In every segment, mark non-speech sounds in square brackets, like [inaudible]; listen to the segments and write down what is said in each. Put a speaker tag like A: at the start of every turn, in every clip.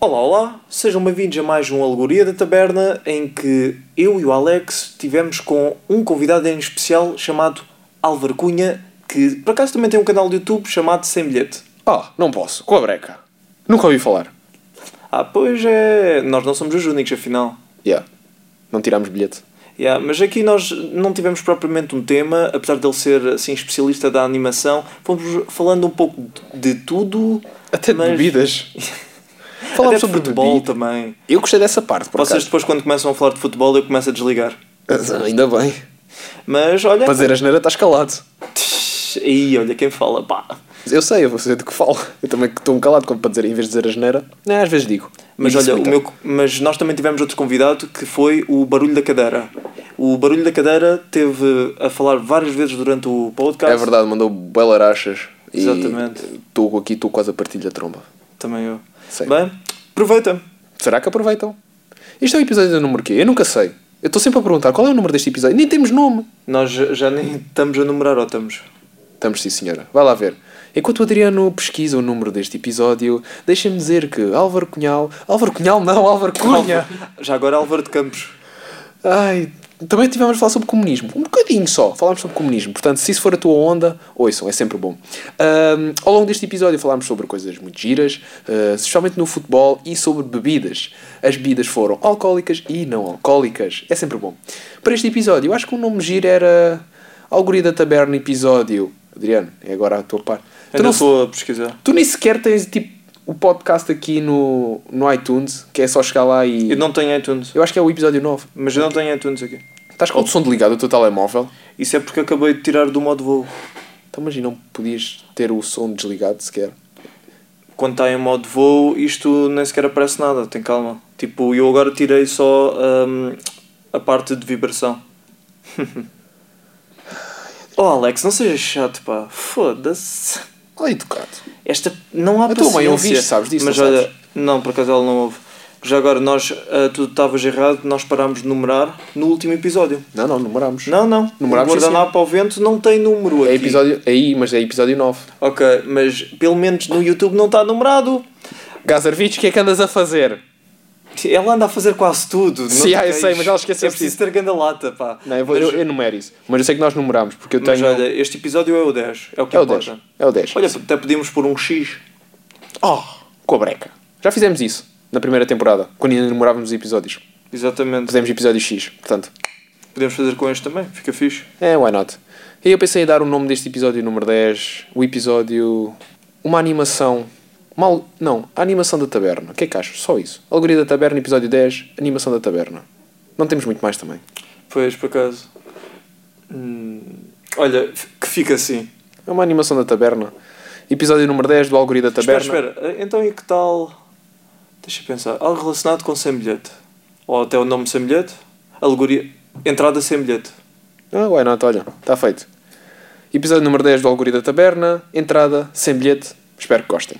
A: Olá, olá, sejam bem-vindos a mais um Alegoria da Taberna em que eu e o Alex tivemos com um convidado em especial chamado Álvaro Cunha, que por acaso também tem um canal de YouTube chamado Sem Bilhete.
B: Ah, não posso. Com a breca. Nunca ouvi falar.
A: Ah, pois é, nós não somos os únicos afinal.
B: Yeah. Não tirámos bilhete.
A: Yeah, mas aqui nós não tivemos propriamente um tema, apesar dele ser assim especialista da animação, fomos falando um pouco de de tudo.
B: Até de
A: mas-
B: bebidas.
A: Até
B: [laughs] Falámos
A: de
B: sobre
A: futebol
B: bebida.
A: também.
B: Eu gostei dessa parte, por
A: Vocês
B: acaso.
A: depois quando começam a falar de futebol eu começo a desligar.
B: Ah, Ainda bem.
A: Mas olha,
B: Fazer a geneira estás calado. é.
A: Tch, Aí, olha quem fala, pá.
B: Eu sei, eu vou saber de que falo. Eu também que estou um calado quando para dizer, em vez de dizer a geneira. Não, às vezes digo.
A: Mas
B: E disse
A: olha, o
B: muita.
A: meu, mas nós também tivemos outro convidado que foi o Barulho da Cadeira. O Barulho da Cadeira teve a falar várias vezes durante o podcast.
B: É verdade, mandou belarachas. E
A: Exatamente.
B: Estou aqui, estou quase a partilho da tromba.
A: Também eu.
B: Sim.
A: Bem, aproveita.
B: Será que aproveitam? Este é o episódio do número quê? Eu nunca sei. Eu estou sempre a perguntar qual é o número deste episódio. Nem temos nome.
A: Nós já já nem estamos a numerar ou estamos.
B: Estamos sim, senhora. Vai lá ver. Enquanto o Adriano pesquisa o número deste episódio, deixa-me dizer que Álvaro Cunhal... Álvaro Cunhal não, Álvaro Cunha!
A: Já agora Álvaro de Campos.
B: Ai, também tivemos a falar sobre comunismo. Um bocadinho só. Falámos sobre comunismo. Portanto, se isso for a tua onda, ouçam, é sempre bom. Ahm, ao longo deste episódio falámos sobre coisas muito giras, ah, especialmente no futebol, e sobre bebidas. As bebidas foram alcoólicas e não alcoólicas. É sempre bom. Para este episódio, eu acho que o nome giro era... Algoria da Taberna, episódio... Adriano, é agora a tua parte.
A: Eu
B: Tu
A: não
B: não
A: estou a pesquisar.
B: Tu nem sequer tens tipo o podcast aqui no, no iTunes, que é só chegar lá e.
A: Eu não tenho iTunes.
B: Eu acho que é o episódio 9.
A: Mas eu não tenho iTunes aqui.
B: Estás com o som desligado do teu telemóvel?
A: Isso é porque acabei de tirar do modo voo.
B: Então imagina, não podias ter o som desligado sequer.
A: quando está em modo voo, isto nem sequer aparece nada, tem calma. Tipo, eu agora tirei só hum, a parte de vibração. [laughs] oh Alex, não seja chato, pá. Foda-se.
B: Olha aí, tocado.
A: Esta não há
B: A tua mãe
A: paciência.
B: ouve isto, sabes disso,
A: Mas
B: não
A: olha,
B: sabes?
A: não, por acaso ela não ouve. Já agora, nós, ah, tu estavas errado, nós parámos de numerar no último episódio.
B: Não, não, numerámos.
A: Não, não.
B: Numerámos,
A: o guardanapo ao vento não tem número
B: É
A: aqui.
B: episódio. Aí, mas é episódio 9.
A: Ok, mas pelo menos no YouTube não está numerado.
B: Gazarvich, o que é que andas a fazer?
A: Ela anda a fazer quase tudo. não
B: Sim,
A: te
B: ah, eu
A: queixes.
B: sei, mas ela esquece
A: É preciso ter grande lata, pá.
B: Não, eu, vou,
A: mas,
B: eu, eu numero isso. Mas eu sei que nós numerámos, porque eu
A: mas
B: tenho.
A: olha, este episódio é o 10. É o que
B: é o 10.
A: importa.
B: É o 10.
A: Olha, até podíamos pôr um X.
B: Oh, com a breca. Já fizemos isso na primeira temporada, quando ainda numorávamos os episódios.
A: Exatamente.
B: Fizemos episódio X, portanto.
A: Podemos fazer com este também, fica fixe.
B: É, why not? E eu pensei em dar o nome deste episódio número 10, o episódio. Uma animação. Mal. Não, a animação da taberna. O que é que achas? Só isso. Alegoria da taberna, episódio 10, animação da taberna. Não temos muito mais também.
A: Pois, por acaso. Hum, olha, f- que fica assim.
B: É uma animação da taberna. Episódio número 10 do Alegoria da
A: Espera,
B: taberna.
A: espera. Então e que tal. Deixa eu pensar. Algo relacionado com sem bilhete. Ou até o nome sem bilhete. Alegoria. Entrada sem bilhete.
B: Ah, why not? Olha, está feito. Episódio número 10 do Alegoria da taberna, entrada, sem bilhete. Espero que gostem.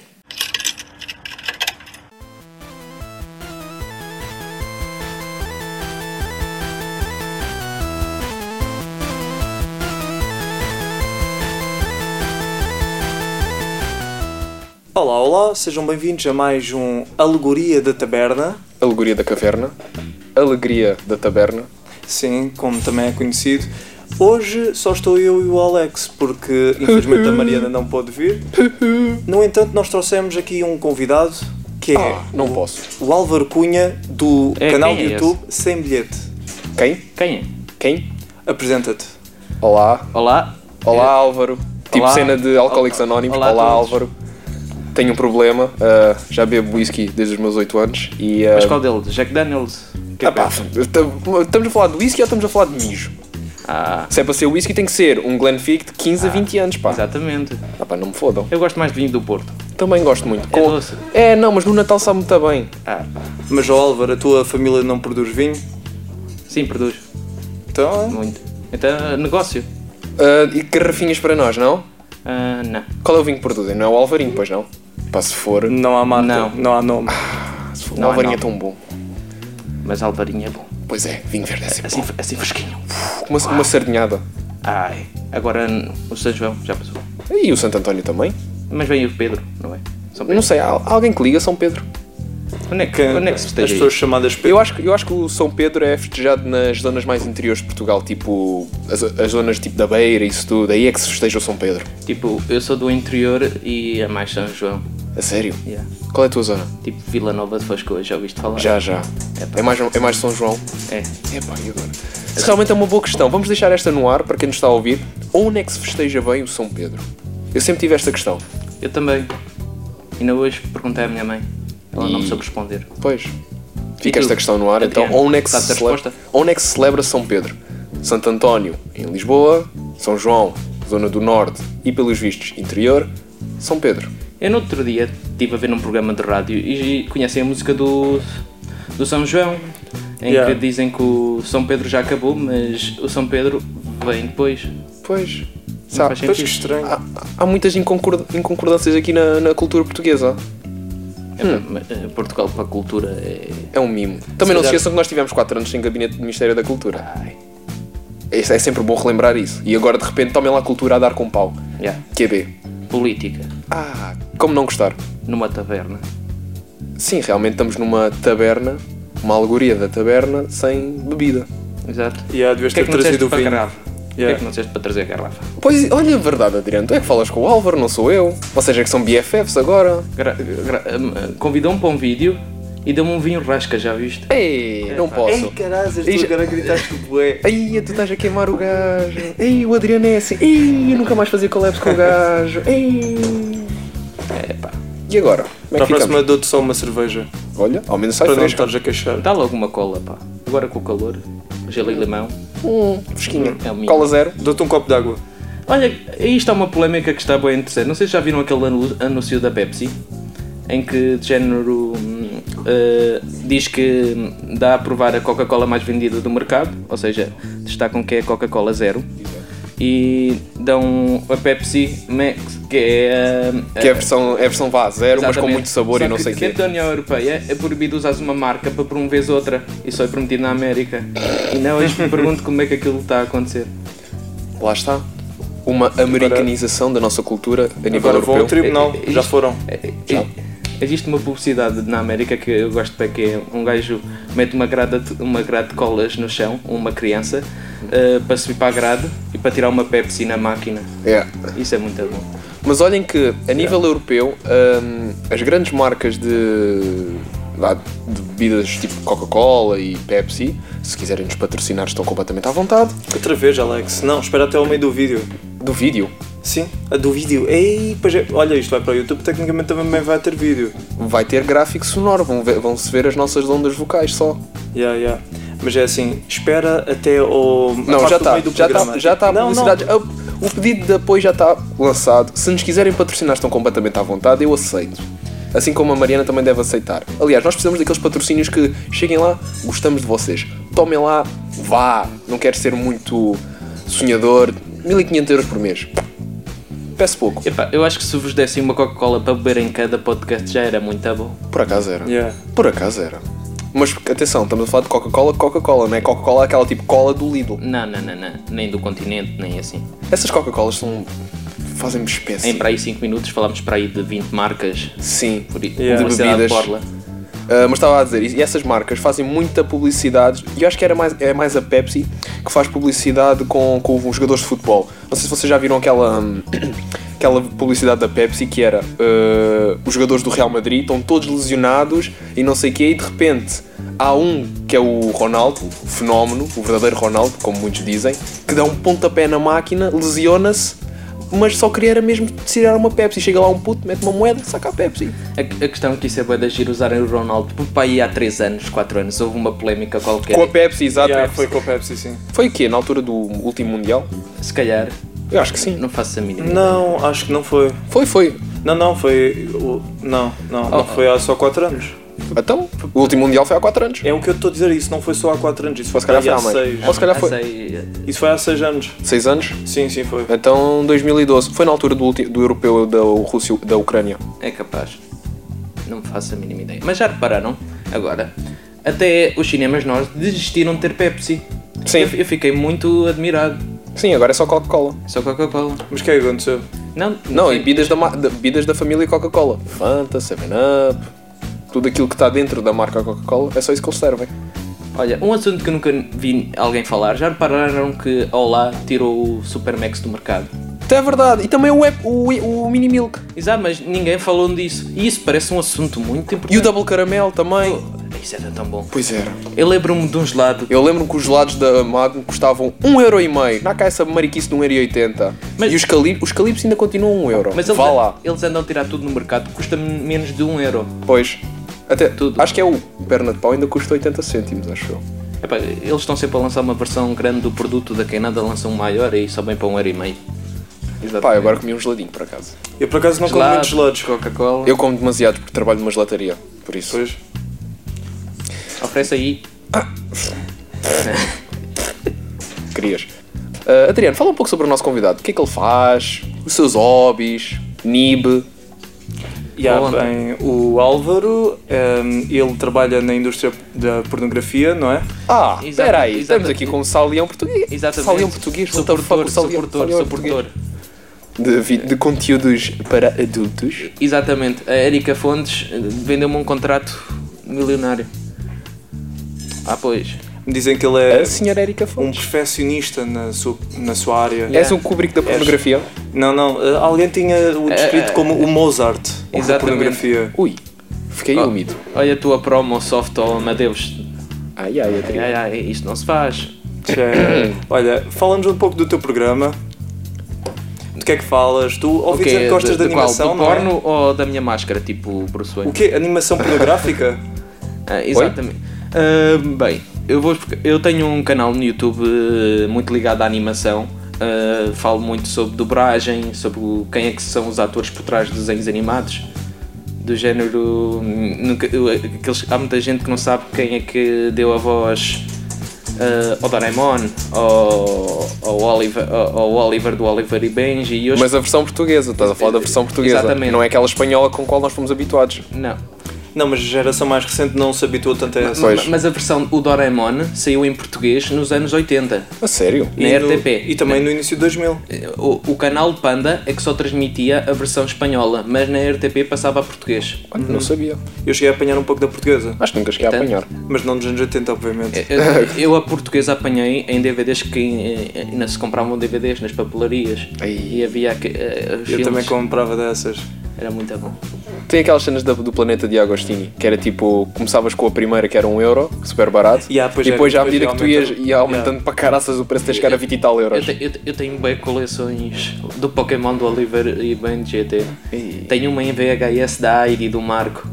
A: Olá, olá, sejam bem-vindos a mais um Alegoria da Taberna.
B: Alegoria da caverna, alegria
A: [laughs]
B: da taberna.
A: Sim, como também é conhecido. Hoje só estou eu e o Alex, porque infelizmente a Mariana não pôde vir. No entanto, nós trouxemos aqui um convidado que é
B: Ah, não posso.
A: o Álvaro Cunha do
C: É,
A: canal
C: quem
A: do
C: é
A: YouTube Sem Bilhete.
B: Quem?
C: Quem é?
B: Quem?
A: Apresenta-te.
B: Olá,
C: Olá.
B: Olá Álvaro. Tipo
C: É. Olá.
B: cena de Alcoólicos
C: Olá.
B: Anónimos. Olá,
C: Olá a todos.
B: Álvaro. Tenho um problema. ah, já bebo whisky desde os meus 8 anos e. ah,
C: Mas qual deles? Jack Daniels? Que é
B: ah, pá, tam- estamos a falar de whisky ou estamos a falar de mijo?
C: que- Ah,
B: Se é para ser whisky, tem que ser um Glenfiddich de 15 a 20 anos, pá.
C: exatamente.
B: Ah, pá, não me fodam.
C: Eu gosto mais de vinho do Porto.
B: Também gosto muito.
C: É doce.
B: É, não, mas no Natal sabe muito bem.
C: Ah,
A: Mas, ó Álvaro, a tua família não produz vinho?
C: sim, produz.
A: Então,
C: Muito. Então, negócio?
B: Ah, e que garrafinhas para nós, não?
C: Ah, não.
B: Qual é o vinho que produzem? Não é o Alvarinho, pois não? Pá, se for.
A: não há marca, não,
C: Não. Ah,
A: há nome.
B: se for-
C: Não,
B: o Alvarinho
C: não.
B: é tão bom.
C: Mas Alvarinho é bom.
B: Pois é, vinho verde é sempre
C: Assim, assim fresquinho.
B: bom. Uma, uma sardinhada.
C: Ai. Agora hum, o São João já passou.
B: E o Santo António também.
C: Mas vem o Pedro, não é? São
B: Eu
C: Pedro.
B: Não sei, há há alguém que liga São Pedro.
C: Onde é que,
A: Que-
C: onde é que se
A: as
C: festeja
A: pessoas
C: isso?
A: chamadas Pedro.
B: Eu acho, que- eu acho que o São Pedro é festejado nas zonas mais interiores de Portugal, tipo as, as zonas tipo da Beira, isso tudo. Aí é que se festeja o São Pedro.
C: Tipo, eu sou do interior e é mais São João.
B: A sério?
C: Yeah.
B: Qual é a tua zona?
C: Tipo, Vila Nova de Fascoa, já ouviste falar?
B: Já, já. É mais, é mais São João.
C: É.
B: É pá, e agora? Isso realmente é uma boa questão. Vamos deixar esta no ar para quem nos está a ouvir. Onde é que se festeja bem o São Pedro? Eu sempre tive esta questão.
C: Eu também. Ainda hoje perguntei à minha mãe. Ela não me
B: E-
C: soube responder.
B: Pois. Fica
C: E tu,
B: esta questão no ar. Então,
C: Adriano,
B: onde é, que se
C: sabes a
B: celebra,
C: resposta?
B: onde é que se celebra São Pedro? Santo António, em Lisboa. São João, zona do Norte. E, pelos vistos, interior. São Pedro.
C: Eu no outro dia estive a ver num programa de rádio e conhecem a música do, do São João, em
A: Yeah.
C: que dizem que o São Pedro já acabou, mas o São Pedro vem depois.
B: Pois. Sabe,
C: faz
A: Pois que
C: sentido. Ah,
A: estranho.
B: há, há muitas inconcord- inconcordâncias aqui na, na cultura portuguesa.
A: Hum.
C: É, mas, eh, Portugal para a cultura é.
B: É um mimo. Também não se
C: calhar-
B: esqueçam que nós tivemos 4 anos sem gabinete do Ministério da Cultura.
C: Ai,
B: É, é sempre bom relembrar isso. E agora de repente tomem lá a cultura a dar com pau.
C: yeah.
B: QB.
C: Política,
B: Ah, como não gostar?
C: numa taverna.
B: Sim, realmente estamos numa taberna, uma alegoria da taberna sem bebida.
C: Exato.
A: Yeah, devias
C: O que é
A: ter
C: que não
A: trazido
C: disseste
A: o
C: para a
A: vinho.
C: garrafa? O que é
A: Yeah.
C: que não disseste para trazer a garrafa?
B: Pois, olha a verdade, Adriano, tu é que falas com o Álvaro, não sou eu. Ou seja, que são BFFs agora.
C: Gra- gra- eh, Convidou-me para um vídeo e deu-me um vinho rasca, já viste?
B: Ei, não
A: Ei,
C: é
B: posso.
A: caralho,
B: Ei,
A: tu
B: já-
A: agora gritaste o bué.
B: Ei, tu estás a queimar o gajo. Ei, o Adriano é assim. Ei, eu nunca mais fazia collabs com o gajo. Ei.
C: É pá.
B: E agora? Como
A: Para
B: é
A: a
B: que ficamos?
A: próxima dou-te só uma cerveja.
B: Olha, ao menos sai
A: Para não
B: fresco.
A: estares a queixar.
C: Dá logo uma cola, pá. Agora com o calor, gelo e limão.
B: Hum, fresquinho.
C: É o mínimo.
B: Cola zero.
A: Dou-te um copo de água.
C: Olha, aí está uma polémica que está bem interessante. Não sei se já viram aquele anu- anúncio da Pepsi em que de género hum, eh, diz que hum, dá a provar a Coca-Cola mais vendida do mercado, ou seja, destacam que é a Coca-Cola zero e dão a Pepsi Max, que é a,
B: Que é a versão, é a versão vá a zero, mas com
C: Exatamente.
B: muito sabor
C: Só
B: e não
C: que
B: sei o quê.
C: Dentro da União Europeia é proibido usar uma marca para promoveres outra. Isso só é permitido na América. E não hoje me pergunto como é que aquilo está a acontecer.
B: Lá está. Uma americanização da nossa cultura a nível
A: Agora vão ao
B: europeu.
A: tribunal.
C: É- é-
A: Já
C: existe-
A: foram.
C: É- é- Existe uma publicidade na América que eu gosto bem, que é um gajo mete uma grade, de- uma grade de colas no chão, uma criança, eh, para subir para a grade e para tirar uma Pepsi na máquina.
B: É.
C: Isso é muito bom.
B: Mas olhem que a nível europeu hum, as grandes marcas de, lá, de bebidas tipo Coca-Cola e Pepsi, se quiserem nos patrocinar estão completamente à vontade.
A: Outra vez, Alex. Não, espera até ao meio do vídeo.
B: Do vídeo.
A: Sim, a do vídeo. Ei, pois é. Olha, isto vai para o YouTube, tecnicamente também vai ter vídeo.
B: Vai ter gráfico sonoro, vão ver- vão-se ver as nossas ondas vocais só.
A: Yeah, yeah. Mas é assim, espera até ao
B: Não, já está.
A: meio do
B: Já
A: programa. tipo,
B: está já tá a
A: Não, não.
B: publicidade. Ah, O pedido de apoio já está lançado. Se nos quiserem patrocinar, estão completamente à vontade. Eu aceito. Assim como a Mariana também deve aceitar. Aliás, nós precisamos daqueles patrocínios que cheguem lá, gostamos de vocês. Tomem lá, vá. Não quero ser muito sonhador. 1500 euros por mês. Peço pouco.
C: Epá, eu acho que se vos dessem uma Coca-Cola para beber em cada podcast já era muito bom.
B: Por acaso era.
A: Yeah.
B: Por acaso era. Mas atenção, estamos a falar de Coca-Cola, Coca-Cola, não é? Coca-Cola é aquela tipo cola do Lidl.
C: Não, não, não, não. Nem do continente, nem assim.
B: Essas Coca-Colas são. fazem-me espécie.
C: Em para aí 5 minutos falámos para aí de 20 marcas.
B: Sim,
C: Por isso,
A: Yeah.
B: de
C: publicidade
B: bebidas.
C: porla.
B: Ah, mas estava a dizer, e essas marcas fazem muita publicidade, e eu acho que era mais, é mais a Pepsi que faz publicidade com, com os jogadores de futebol. Não sei se vocês já viram aquela, hum, [coughs] aquela publicidade da Pepsi que era ah, os jogadores do Real Madrid estão todos lesionados e não sei o quê, e de repente há um que é o Ronaldo, o fenómeno, o verdadeiro Ronaldo, como muitos dizem, que dá um pontapé na máquina, lesiona-se, mas só queria era mesmo tirar uma Pepsi. Chega lá um puto, mete uma moeda, saca a Pepsi.
C: A, a questão é que isso é bué de agir usarem o Ronaldo. Porque pá, aí há 3 anos, 4 anos, houve uma polémica qualquer.
B: Com a tá Pepsi, exato.
A: Yeah, foi com a Pepsi, sim.
B: Foi o quê? Na altura do último Mundial?
C: Se calhar,
B: Eu acho que sim.
C: não faço a mínima.
A: Não, acho que não foi.
B: Foi, foi.
A: Não, não, foi. o- Não, não,
B: Oh.
A: não foi há só 4 anos.
B: Então, o último Mundial foi há 4 anos.
A: É o que eu estou a dizer, isso não foi só há 4 anos, isso foi
B: Ou se calhar
A: aí
B: foi
A: há
B: há mais.
A: 6.
B: Ou se calhar
C: Ah,
B: foi
C: sei,
A: Isso foi há 6 anos.
B: 6 anos.
A: Sim, sim, foi.
B: Então, 2012. Foi na altura do, ulti- do europeu da Rússia, da Ucrânia.
C: É capaz. Não me faço a mínima ideia. Mas já repararam? Agora, até os cinemas nós desistiram de ter Pepsi.
B: Sim.
C: Eu, eu fiquei muito admirado.
B: Sim, agora é só Coca-Cola.
C: Só Coca-Cola.
A: Mas o que é que aconteceu?
C: Não,
B: Não,
C: sei.
B: e bebidas da, ma- da- bebidas da família Coca-Cola. Fanta, 7-Up. tudo aquilo que está dentro da marca Coca-Cola, é só isso que eles servem.
C: Olha, um assunto que eu nunca vi alguém falar. Já repararam que a Olá tirou o Supermax do mercado?
B: Então é verdade. E também o, Ep- o, o Mini Milk.
C: Exato, mas ninguém falou disso. E isso parece um assunto muito importante.
B: E o Double Caramel também.
C: Isso era tão bom.
B: Pois era.
C: Eu lembro-me de um gelado.
B: Eu lembro que os gelados da Magnum custavam 1,5€. Não há cá essa mariquice de 1,80€.
C: Mas-
B: E os, cali os calipsos ainda continuam 1€.
C: Mas
B: Mas
C: eles,
B: Vá lá.
C: eles andam a tirar tudo no mercado, custa menos de um euro.
B: Pois. Até,
C: Tudo.
B: Acho que é o perna de pau, ainda custa 80 cêntimos, acho eu.
C: Epá, eles estão sempre a lançar uma versão grande do produto, da quem nada lança um maior e só bem para um euro e meio. Exato.
B: Pá, eu agora comi um geladinho, por acaso.
A: Eu por acaso não como muitos gelados.
C: Coca-Cola.
B: Eu como demasiado porque trabalho numa gelataria, por isso.
A: Pois.
C: Oferece aí.
B: Querias. Ah, Adriano, fala um pouco sobre o nosso convidado. O que é que ele faz? Os seus hobbies? Nib?
A: Já,
C: Bom,
A: bem, o Álvaro, ehm, ele trabalha na indústria da pornografia, não é?
B: Ah,
C: Exatamente,
B: espera aí. Estamos
C: exatamente.
B: aqui com um salião português.
C: Exatamente.
A: um
B: Salião português.
C: sou
B: what the fuck,
C: produtor,
B: o
C: sou
B: salião-
C: produtor,
B: salião
C: sou
B: português.
C: produtor.
B: de, vi- de conteúdos para adultos.
C: Exatamente, a Erika Fontes eh, vendeu-me um contrato milionário. Ah, pois.
A: Me dizem que ele é
B: A senhora Erika
A: um
B: Fontes.
A: perfeccionista na sua, na sua área.
C: É.
B: És um Kubrick da pornografia?
A: Não, não, eh, alguém tinha o descrito
C: Eh,
A: como o Mozart da
C: exatamente.
A: pornografia.
B: Ui, fiquei
C: Oh,
B: úmido.
C: Olha a tua promo soft, oh meu Deus.
B: Ai, ai,
C: Ai,
B: Adriano.
C: ai, ai, isto não se faz. [coughs]
A: É, Olha, fala-nos um pouco do teu programa. Do que é que falas? Tu ouvi
C: Ok,
A: dizer que gostas de,
C: de qual?
A: animação,
C: Do
A: não é?
C: porno ou da minha máscara, tipo Bruce Wayne?
A: O quê? Animação pornográfica?
C: Ah, exatamente. Ah, bem, eu, vou, explicar- eu tenho um canal no YouTube eh, muito ligado à animação. Ah, falo muito sobre dobragem, sobre o- quem é que são os atores por trás dos desenhos animados. Do género. hum, nunca- eu- aqueles- há muita gente que não sabe quem é que deu a voz ah, ao Doraemon, ao, ao, Oliver, ao, ao Oliver do Oliver e Benji. E eu
B: Mas a versão portuguesa, estás a falar da versão portuguesa.
C: Exatamente.
B: Não é aquela espanhola com a qual nós fomos habituados.
C: Não.
A: não, mas a geração mais recente não se habituou tanto a essa.
B: Pois.
C: Ma- Mas a versão O Doraemon saiu em português nos anos 80.
B: A sério?
A: E
C: na
A: no-
C: RTP.
A: E também no início de 2000.
C: O, o canal Panda é que só transmitia a versão espanhola, mas na RTP passava a português.
B: Olha, Não sabia.
A: Eu cheguei a apanhar um pouco da portuguesa,
B: Acho que nunca cheguei a
C: Portanto,
B: apanhar.
A: mas não dos anos 80, obviamente.
C: Eu, eu a portuguesa apanhei em DVDs que eh, ainda se compravam DVDs nas papelarias
B: Ai.
C: e havia que, eh, os
A: Eu
C: filmes.
A: também comprava dessas.
C: Era muito bom.
B: Tem aquelas cenas da- do planeta de Agostini, que era tipo, começavas com a primeira que era um euro, super barato,
A: Yeah, pois
B: e
A: é,
B: depois já à
A: depois
B: medida
A: ia
B: que tu ias
A: aumentando.
B: ia aumentando para caraças o preço até chegar a 20 e tal
C: Eu,
B: euros.
C: te- eu te- eu tenho bem coleções do Pokémon do Oliver e bem GT. Tenho uma em VHS da Heidi e do Marco.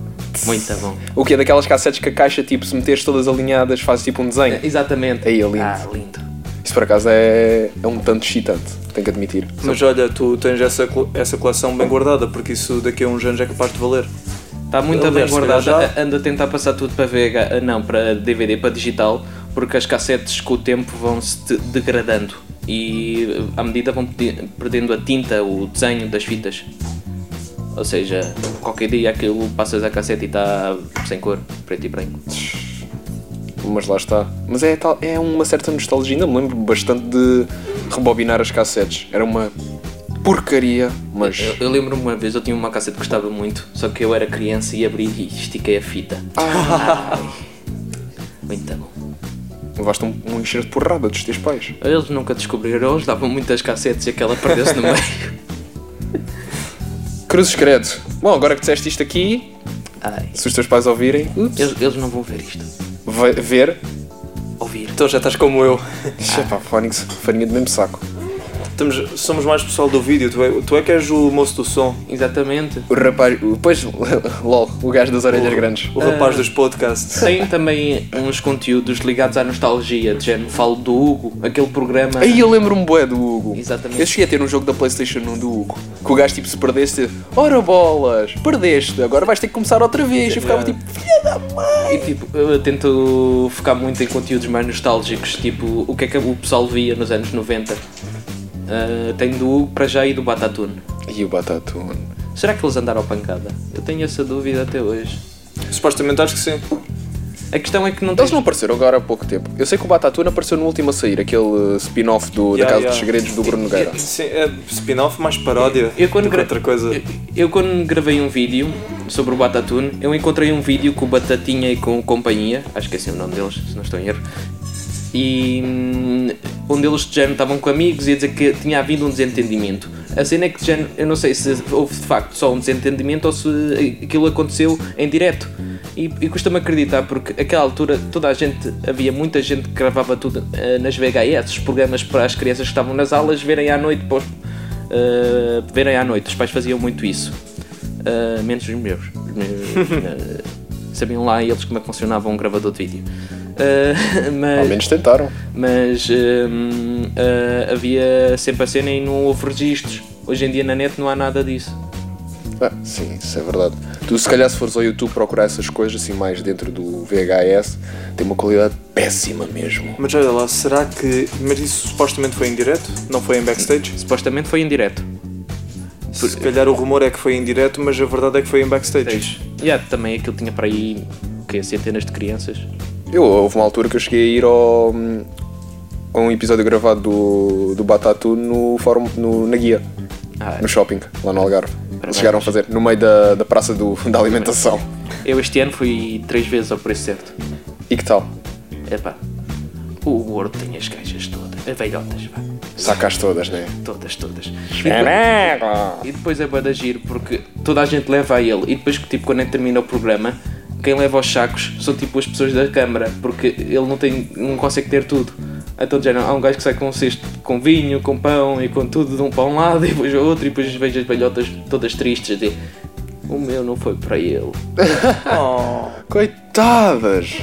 C: Muito bom.
B: O que é daquelas cassetes que a caixa, tipo, se meteres todas alinhadas, faz tipo um desenho.
C: Exatamente.
B: Aí, é lindo.
C: Ah, lindo.
B: Isso por acaso é, é um tanto excitante, tenho que admitir.
A: Mas olha, tu tens essa, cole- essa coleção bem guardada, porque isso daqui a uns anos é capaz de valer.
C: Está Tá muito
A: Aliás,
C: bem
A: se calhar
C: guardado.
A: já-
C: Ando a tentar passar tudo para VH, ah, não, para DVD, para digital, porque as cassetes com o tempo vão-se de- degradando e eh, à medida vão pedi- perdendo a tinta, o desenho das fitas. Ou seja, qualquer dia aquilo passas a cassete e está sem cor, preto e branco.
B: Mas lá está. Mas é, tal, é uma certa nostalgia, ainda me lembro bastante de rebobinar as cassetes. Era uma porcaria, mas.
C: Eu, eu lembro-me uma vez, eu tinha uma cassete que gostava muito, só que eu era criança e abri e estiquei a fita.
A: Ah.
C: Ai, muito bom.
B: Levaste um, um encher de porrada dos teus pais.
C: Eles nunca descobriram, eles davam muitas cassetes e aquela perdeu-se
A: [laughs]
C: no meio.
B: Cruzes credo. Bom, agora que disseste isto aqui,
C: Ai.
B: se os teus pais ouvirem,
C: Eles, eles não vão ver isto.
B: vai ver.
C: Ouvir.
A: Então já estás como eu. [laughs]
B: Ixi, epá, Fónix, farinha do mesmo saco.
A: Estamos, somos mais pessoal do vídeo, tu é, tu é que és o moço do som,
C: Exatamente.
B: O rapaz. o- Pois, [laughs] lol, o gajo das orelhas grandes.
A: o
C: Ah.
A: rapaz dos podcasts.
C: Tem também uns conteúdos ligados à nostalgia, de género, falo do Hugo, aquele programa.
B: Aí eu lembro-me bué do Hugo.
C: Exatamente.
B: Eu cheguei a ter um jogo da Playstation 1 do Hugo. Que o gajo tipo se perdesse. Ora bolas, perdeste, agora vais ter que começar outra vez. Eu ficava tipo, filha da mãe.
C: E tipo, eu tento focar muito em conteúdos mais nostálgicos, tipo, o que é que o pessoal via nos anos 90. Ah, tenho do Hugo para já e do Batatune.
B: E o Batatune.
C: Será que eles andaram à pancada? Eu tenho essa dúvida até hoje.
A: Supostamente acho que sim.
C: A questão é que não
B: Eles
C: tens...
B: não apareceram agora há pouco tempo. Eu sei que o Batatune apareceu no último a sair, aquele uh, spin-off do,
A: Yeah,
B: da Casa
A: yeah.
B: dos Segredos do Bruno Nogueira.
A: Sim, é spin-off mais paródia
C: Eu quando,
A: do que
C: gra-
A: outra coisa.
C: Eu, eu quando gravei um vídeo sobre o Batatune, eu encontrei um vídeo com o Batatinha e com o Companhia, acho que é assim o nome deles, se não estou em erro, e hum, onde eles de género estavam com amigos e a dizer que tinha havido um desentendimento. A cena é que de género, eu não sei se houve de facto só um desentendimento ou se aquilo aconteceu em direto. E, e custa-me acreditar porque naquela altura toda a gente, havia muita gente que gravava tudo eh, nas VHS, os programas para as crianças que estavam nas aulas verem à noite, para os- eh, verem à noite, os pais faziam muito isso. Uh, menos os meus.
B: [laughs]
C: Os meus, uh, sabiam lá eles como é que funcionava um gravador de vídeo. Uh,
B: Ao
C: [laughs] mas
B: menos tentaram.
C: mas um, uh, havia sempre a cena e não houve registros. Hoje em dia na net não há nada disso.
B: Ah, sim, isso é verdade. Tu, se calhar, se fores ao YouTube procurar essas coisas, assim, mais dentro do VHS, tem uma qualidade péssima mesmo.
A: Mas olha lá, será que. Mas isso supostamente foi em direto? Não foi em backstage?
C: Supostamente foi em direto.
A: Se calhar o rumor é que foi em direto, mas a verdade é que foi em backstage.
C: Yeah, também aquilo tinha para aí que, centenas de crianças.
B: Eu, houve uma altura que eu cheguei a ir ao, a um episódio gravado do, do Batatu no fórum, no, na guia,
C: Ah,
B: no shopping, lá no Algarve. Eles
C: Parabéns.
B: chegaram a fazer, no meio da, da praça do, [laughs] da alimentação.
C: eu este ano fui três vezes ao preço certo.
B: E que tal?
C: Epá, o Word tem as gajas todas, as velhotas, pá.
B: Sacas todas, né?
C: Todas, todas. E depois- E depois é bué de giro porque toda a gente leva a ele e depois tipo quando termina o programa quem leva aos sacos são tipo as pessoas da câmara porque ele não tem não consegue ter tudo. Então já não, há um gajo que sai com um cesto com vinho, com pão e com tudo de um para um lado e [laughs] depois o outro e depois vejo as velhotas todas tristes de o meu não foi para ele.
A: Oh,
B: Coitadas!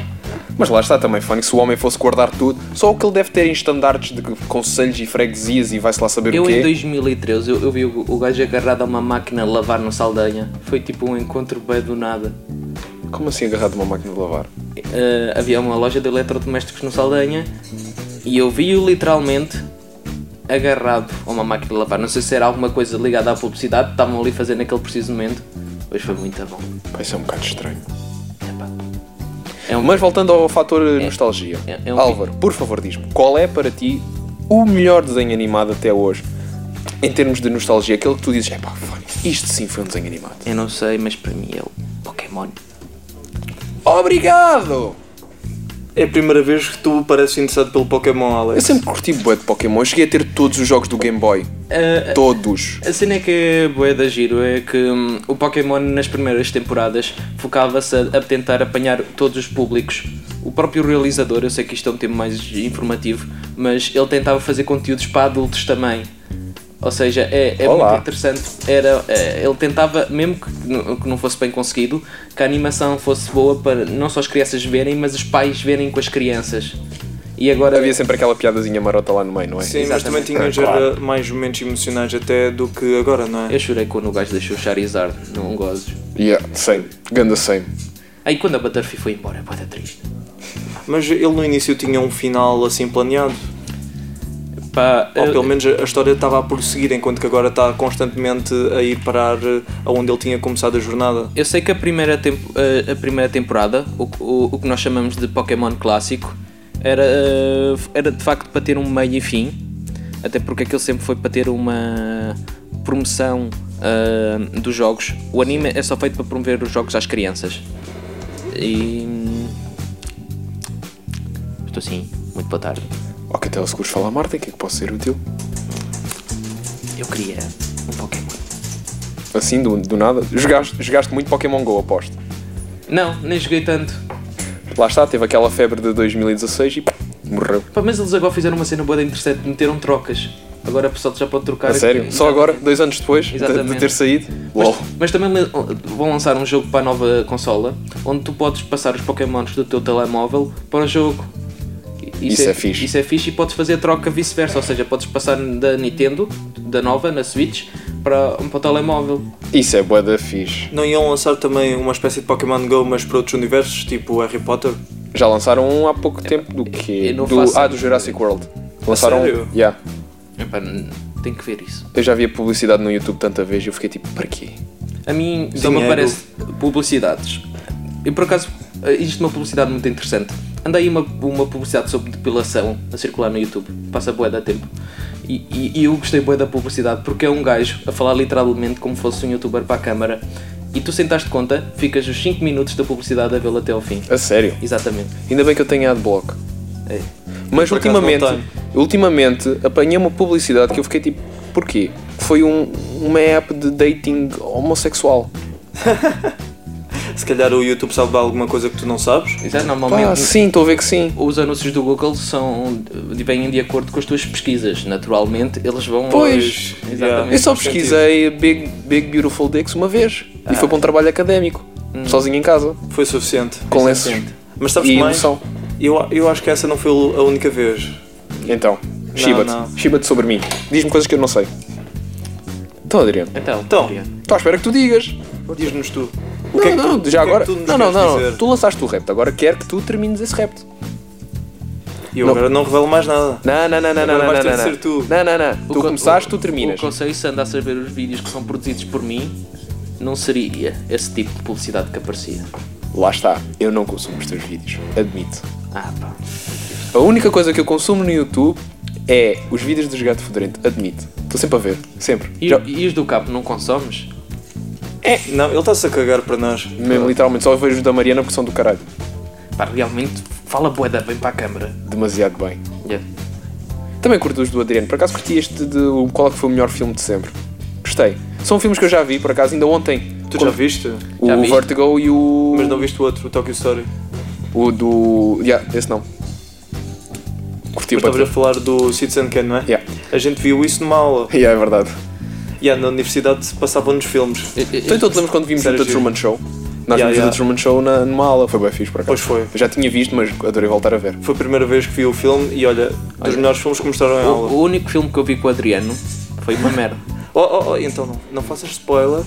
B: Mas lá está também, Fanny, se o homem fosse guardar tudo, só o que ele deve ter em estandartes de conselhos e freguesias e vai-se lá saber o
C: Eu
B: quê.
C: em 2013 eu, eu vi o, o gajo agarrado a uma máquina a lavar no Saldanha. Foi tipo um encontro bem do nada.
B: Como assim agarrado uma máquina de lavar?
C: Eh, havia uma loja de eletrodomésticos no Saldanha e eu vi-o literalmente agarrado a uma máquina de lavar. Não sei se era alguma coisa ligada à publicidade, estavam ali fazendo naquele preciso momento, mas foi muito bom.
B: Pá, isso é um bocado estranho.
C: Epá. É um
B: Mas voltando ao fator nostalgia,
C: é- é um-
B: Álvaro, por favor, diz-me, qual é para ti o melhor desenho animado até hoje? Em termos de nostalgia, aquele que tu dizes, é pá, isto sim foi um desenho animado.
C: Eu não sei, mas para mim é o Pokémon.
B: Obrigado!
A: é a primeira vez que tu pareces interessado pelo Pokémon,
B: Eu
A: Alex.
B: sempre curti bué de Pokémon, eu cheguei a ter todos os jogos do Game Boy. Eh, Todos.
C: A cena é que é boa da giro é que hum, o Pokémon nas primeiras temporadas focava-se a, a tentar apanhar todos os públicos. O próprio realizador, eu sei que isto é um tema mais informativo, mas ele tentava fazer conteúdos para adultos também. Ou seja, é, é
B: Olá.
C: muito interessante. Era, é, ele tentava, mesmo que, n- que não fosse bem conseguido, que a animação fosse boa para não só as crianças verem, mas os pais verem com as crianças. E agora
B: Havia sempre aquela piadazinha marota lá no meio, não é?
A: Sim, mas também
C: Exatamente.
A: tinha já era mais momentos emocionais até do que agora, não é?
C: eu chorei quando o gajo deixou o Charizard, não gozes.
B: Yeah, same. Ganda same.
C: Aí quando a Butterfly foi embora, pode é triste.
A: Mas ele no início tinha um final assim planeado.
C: Pá,
A: Ou
C: eu-
A: pelo menos a a história estava a prosseguir, enquanto que agora está constantemente a ir parar eh, aonde ele tinha começado a jornada.
C: eu sei que a primeira, tempo- a- a primeira temporada, o, o- o que nós chamamos de Pokémon clássico, era, eh, era de facto para ter um meio e fim, até porque aquilo sempre foi para ter uma promoção eh, dos jogos. O anime é só feito para promover os jogos às crianças. E. Estou sim, muito boa tarde.
B: Ok, até o seguros fala Marta, o que é que posso ser útil?
C: Eu queria um Pokémon.
B: Assim, do, do nada. Jogaste, jogaste muito Pokémon GO, aposto.
C: Não, nem joguei tanto.
B: Lá está, teve aquela febre de 2016 e pá, morreu.
C: Pá, mas eles agora fizeram uma cena boa da interessante, meteram trocas. Agora o pessoal já pode trocar.
B: A sério? Só agora, dois anos depois de, de
C: Exatamente.
B: ter saído?
C: Mas,
B: LOL.
C: mas também le- vão lançar um jogo para a nova consola onde tu podes passar os Pokémons do teu telemóvel para o jogo. E-
B: Isso é fixe.
C: Isso é fixe e podes fazer a troca vice-versa, ou seja, podes passar da Nintendo, da nova, na Switch, para, para o telemóvel.
B: Isso é bué da fixe.
A: Não iam lançar também uma espécie de Pokémon Go, mas para outros universos, tipo Harry Potter?
B: Já lançaram um há pouco tempo do quê?
C: É, eu não
B: Do,
C: faço-
B: ah, do Jurassic World. Lançaram
A: sério?
B: um. Yeah.
C: Epá, tem que ver isso.
B: Eu já vi a publicidade no YouTube tanta vez e eu fiquei tipo, para quê?
C: A mim só me
A: Dinheiro.
C: aparece publicidades. E por acaso, eh, existe uma publicidade muito interessante. Anda aí uma, uma publicidade sobre depilação a circular no YouTube. Passa bué da tempo. E, e- e eu gostei bué da publicidade porque é um gajo a falar literalmente como fosse um youtuber para a câmara e tu sentaste conta, ficas os 5 minutos da publicidade a vê-lo até ao fim.
B: A sério.
C: Exatamente.
B: Ainda bem que eu tenho adblock.
C: É.
B: Mas
A: Por acaso não
B: ultimamente,
A: tenho.
B: ultimamente apanhei uma publicidade que eu fiquei tipo, porquê? Foi um, uma app de dating homossexual.
A: Se calhar o YouTube sabe de alguma coisa que tu não sabes.
C: Já é normalmente
B: Pá, sim, estou a ver que sim.
C: os anúncios do Google são eh, vêm de acordo com as tuas pesquisas. Naturalmente eles vão
B: Pois.
C: aos-
A: Yeah.
B: Eu
C: exatamente.
B: só
A: Faz sentido.
B: pesquisei Big, Big Beautiful Dicks uma vez e foi para um trabalho académico, sozinho em casa,
A: Foi suficiente.
B: com lenços
C: suficiente.
A: Mas sabes é?
B: e
A: que mais?
B: emoção.
A: Eu, eu acho que essa não foi a única vez.
B: Então,
A: não.
B: chiba-te, chiba-te sobre mim. Diz-me coisas que eu não sei. Então, Adriano,
C: Então,
A: Então,
C: Adriano.
B: estou à espera que tu digas.
A: diz-nos tu. O
B: não,
A: que é que
B: não,
A: tu,
B: já
A: o que é que
B: agora.
A: tu nos
B: não, não,
A: queres
B: não,
A: dizer?
B: Tu lançaste o repto, agora quero que tu termines esse repto.
A: E eu
B: Não.
A: agora não revelo mais nada.
B: Não, não, não, não, não,
A: Agora vais
B: não,
A: ter
B: não,
A: de
B: não.
A: ser tu.
B: Não, não, não. tu
C: O con-
B: começasto, tu
C: o-
B: terminas.
C: O conselho se andasse a ver os vídeos que são produzidos por mim, não seria esse tipo de publicidade que aparecia.
B: Lá está. Eu não consumo os teus vídeos. Admito.
C: Ah, pá.
B: A única coisa que eu consumo no YouTube é os vídeos dos gato fedorento. Admito. Estou sempre a ver. Sempre.
C: E,
B: Já-
C: e os do cabo não consomes?
A: Não, ele está-se a cagar para nós.
B: Mesmo, literalmente, só vejo os da Mariana porque são do caralho.
C: Pá, realmente fala boeda bem para a câmara.
B: Demasiado bem.
C: Yeah.
B: Também curto os do Adriano. Por acaso curti este de o- qual é que foi o melhor filme de sempre. Gostei. São filmes que eu já vi, por acaso, ainda ontem.
A: Tu já
B: Quando-
A: viste?
B: O
C: Já viste?
B: Vertigo e o.
A: Mas não viste o outro, o Tokyo Story.
B: O do. Yeah, esse não. Curti
A: Mas
B: o
A: estavas a
B: Vertigo.
A: falar do Citizen Kane, não é?
B: Yeah.
A: A gente viu isso numa aula.
B: Yeah, é verdade.
A: E yeah, na universidade passavam-nos filmes.
C: Eu- eu-
B: Então, então te lembras quando vimos o
A: Sério,
B: The
A: giro.
B: Truman Show?
A: Yeah,
B: Nós vimos o
A: yeah.
B: The Truman Show na, numa aula. Foi bem fixe, por
A: Pois
B: acaso.
A: foi.
B: Eu já tinha visto, mas adorei voltar a ver.
A: Foi a primeira vez que vi o filme e olha, Oh, dos melhores filmes que mostraram em
C: o,
A: aula.
C: o único filme que eu vi com o Adriano foi uma
B: [laughs]
C: merda.
A: Oh, oh, oh, então não, não faças spoiler.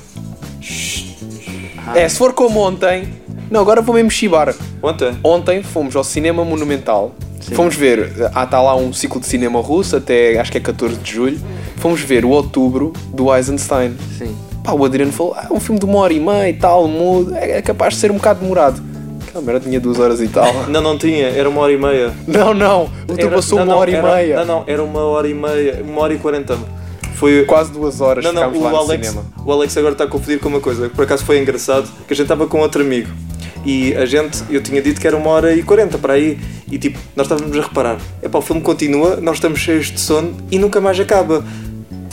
B: É, se for como ontem. Não, agora vou mesmo chibar.
A: Ontem.
B: Ontem fomos ao Cinema Monumental. Fomos ver, ah, está lá um ciclo de cinema russo até acho que é 14 de julho. Fomos ver o Outubro do Eisenstein.
C: Sim.
B: Pá, o Adriano falou, ah, é um filme de uma hora e meia e tal, mudo, é, é capaz de ser um bocado demorado. Aquela merda tinha duas horas
A: [laughs]
B: e tal.
A: Não, não tinha, era uma hora e meia.
B: não, não, ultrapassou
A: Era- não,
B: Tipo, uma
A: não,
B: hora
A: era-
B: e
A: Não,
B: meia.
A: não, era uma hora e meia, uma hora e quarenta. Foi.
B: Quase duas horas
A: Não, não,
B: ficámos
A: o
B: lá no
A: Alex,
B: cinema.
A: o Alex agora está a confundir com uma coisa, que por acaso foi engraçado, que a gente estava com outro amigo e a gente, eu tinha dito que era uma hora e quarenta para aí, e tipo, nós estávamos a reparar, epá, o filme continua, nós estamos cheios de sono e nunca mais acaba.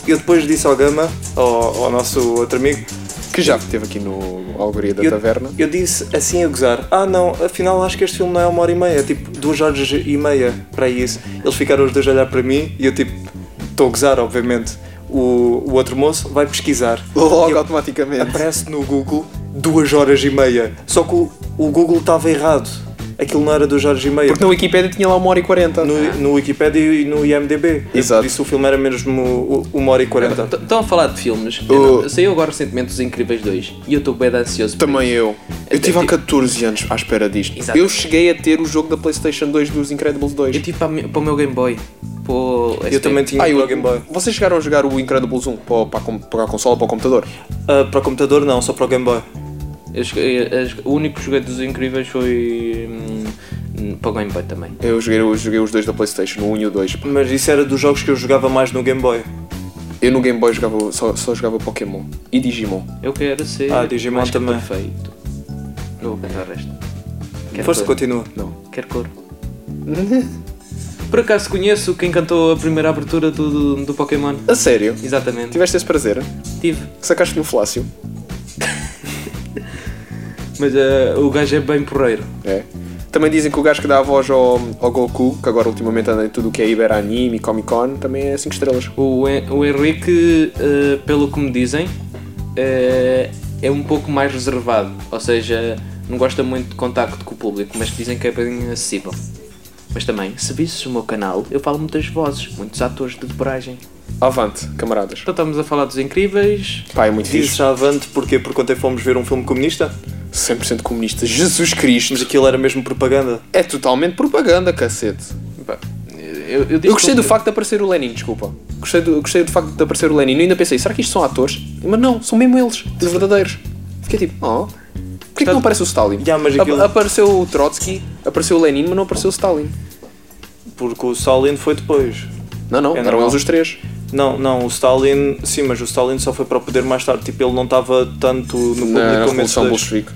A: Eu depois disse ao Gama, ao, ao nosso outro amigo,
B: Que já esteve aqui no Algoria da
A: eu,
B: Taverna.
A: eu disse assim a gozar, ah não, afinal acho que este filme não é uma hora e meia, é tipo duas horas e meia para isso. Eles ficaram os dois a olhar para mim e eu tipo, estou a gozar, obviamente. O, o outro moço vai pesquisar.
B: Logo
A: E eu-
B: automaticamente.
A: aparece no Google duas horas e meia. Só que o, o Google estava errado. Aquilo não era duas horas e meia.
B: Porque na Wikipedia tinha lá uma hora e quarenta.
A: No, no Wikipedia e no IMDB.
B: Exato.
A: Por isso o filme era mesmo u- uma hora e quarenta.
C: Então, T- Estão a falar de filmes.
B: O-
C: Eu não- Saiu agora recentemente Os Incríveis 2 e eu estou bem ansioso. por
B: Também eu. Eu tive há 14 anos à espera disto.
C: Exato.
B: Eu cheguei a ter o jogo da PlayStation 2 dos Incredibles 2.
C: Eu tive para, a mi- para o meu Game Boy. Pô,
A: Eu também tinha
B: Ah,
A: para
B: eu-
A: o Game Boy.
B: Vocês chegaram a jogar o Incredibles 1 para, para a com- para a consola, para o computador?
A: Ah, para o computador não, só para o Game Boy.
C: Eu cheguei- eu- eu- o único que joguei dos Incríveis foi. hum, para o Game Boy também.
B: Eu joguei, eu joguei os dois da Playstation, o 1 e o 2.
A: Mas isso era dos jogos que eu jogava mais no Game Boy.
B: Eu no Game Boy jogava, só, só jogava Pokémon e [laughs] Digimon.
C: Eu quero ser.
A: Ah, Digimon
C: mais que
A: também.
C: Perfeito. Não vou cantar o resto. Quero
A: Força,
C: cor.
A: continua.
B: Não.
C: Quero cor. Por acaso conheço quem cantou a primeira abertura do, do, do Pokémon?
B: A sério?
C: Exatamente.
B: Tiveste esse prazer?
C: Tive.
B: Sacaste-lhe um flácio?
C: Mas eh, o gajo é bem porreiro.
B: É. Também dizem que o gajo que dá a voz ao, ao Goku, que agora ultimamente anda em tudo o que é Iberanime e Comic Con, também é 5 estrelas.
C: O, Hen- o Henrique, eh, pelo que me dizem, eh, é um pouco mais reservado, ou seja, não gosta muito de contacto com o público, mas dizem que é bem acessível. Mas também, se visses o meu canal, eu falo muitas vozes, muitos atores de dobragem.
B: Avante, camaradas.
C: Então estamos a falar dos incríveis.
B: Pá, é muito
A: Diz
B: fixe.
A: já avante porquê? Porque ontem fomos ver um filme comunista,
B: 100% comunista. Jesus Cristo.
A: mas aquilo era mesmo propaganda.
B: É totalmente propaganda, cacete.
C: Pá, Eu, eu disse
B: Eu gostei do
C: que-
B: facto de aparecer o Lenin, desculpa. Gostei do, gostei do facto de aparecer o Lenin. E ainda pensei, será que isto são atores? Mas não, são mesmo eles, os verdadeiros. Fiquei tipo, oh, porquê que não aparece o Stalin?
A: Já, mas aquilo-
B: Ap- Apareceu o Trotsky, apareceu o Lenin, mas não apareceu o Stalin.
A: Porque o Stalin foi depois.
B: Não, não,
A: É
B: eram
A: normal.
B: eles os três.
A: Não, não, o Stalin, sim, mas o Stalin só foi para o poder mais tarde, tipo, ele não estava tanto no público
B: na
A: como esses
B: Revolução
A: dois.
B: Bolchevique.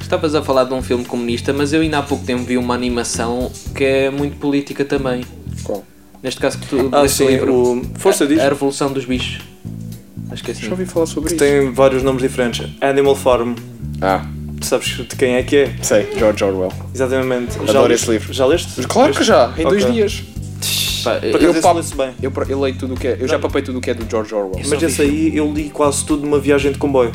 C: Estavas a falar de um filme comunista, mas eu ainda há pouco tempo vi uma animação que é muito política também.
B: Qual?
C: Neste caso que tu
A: Ah,
C: deste um
A: sim, o Força diz
C: a, a Revolução dos Bichos. Acho que é assim.
B: Já ouvi falar sobre isso.
A: tem vários nomes diferentes. Animal Farm,
B: Ah,
A: sabes de quem é que é?
B: sei, George Orwell.
A: Exatamente.
B: Adoro esse livro.
A: Já leste?
B: Claro que já, em dois
A: Ok.
B: dias.
C: Pá,
A: Por
C: eu-
A: acaso
B: Eu
A: esse
B: papo-
A: lê-se bem.
B: Eu, pro- eu leio tudo o que é. Eu já papei tudo o que é do George Orwell.
A: Mas
C: só
A: esse aí eu li quase tudo numa viagem de comboio.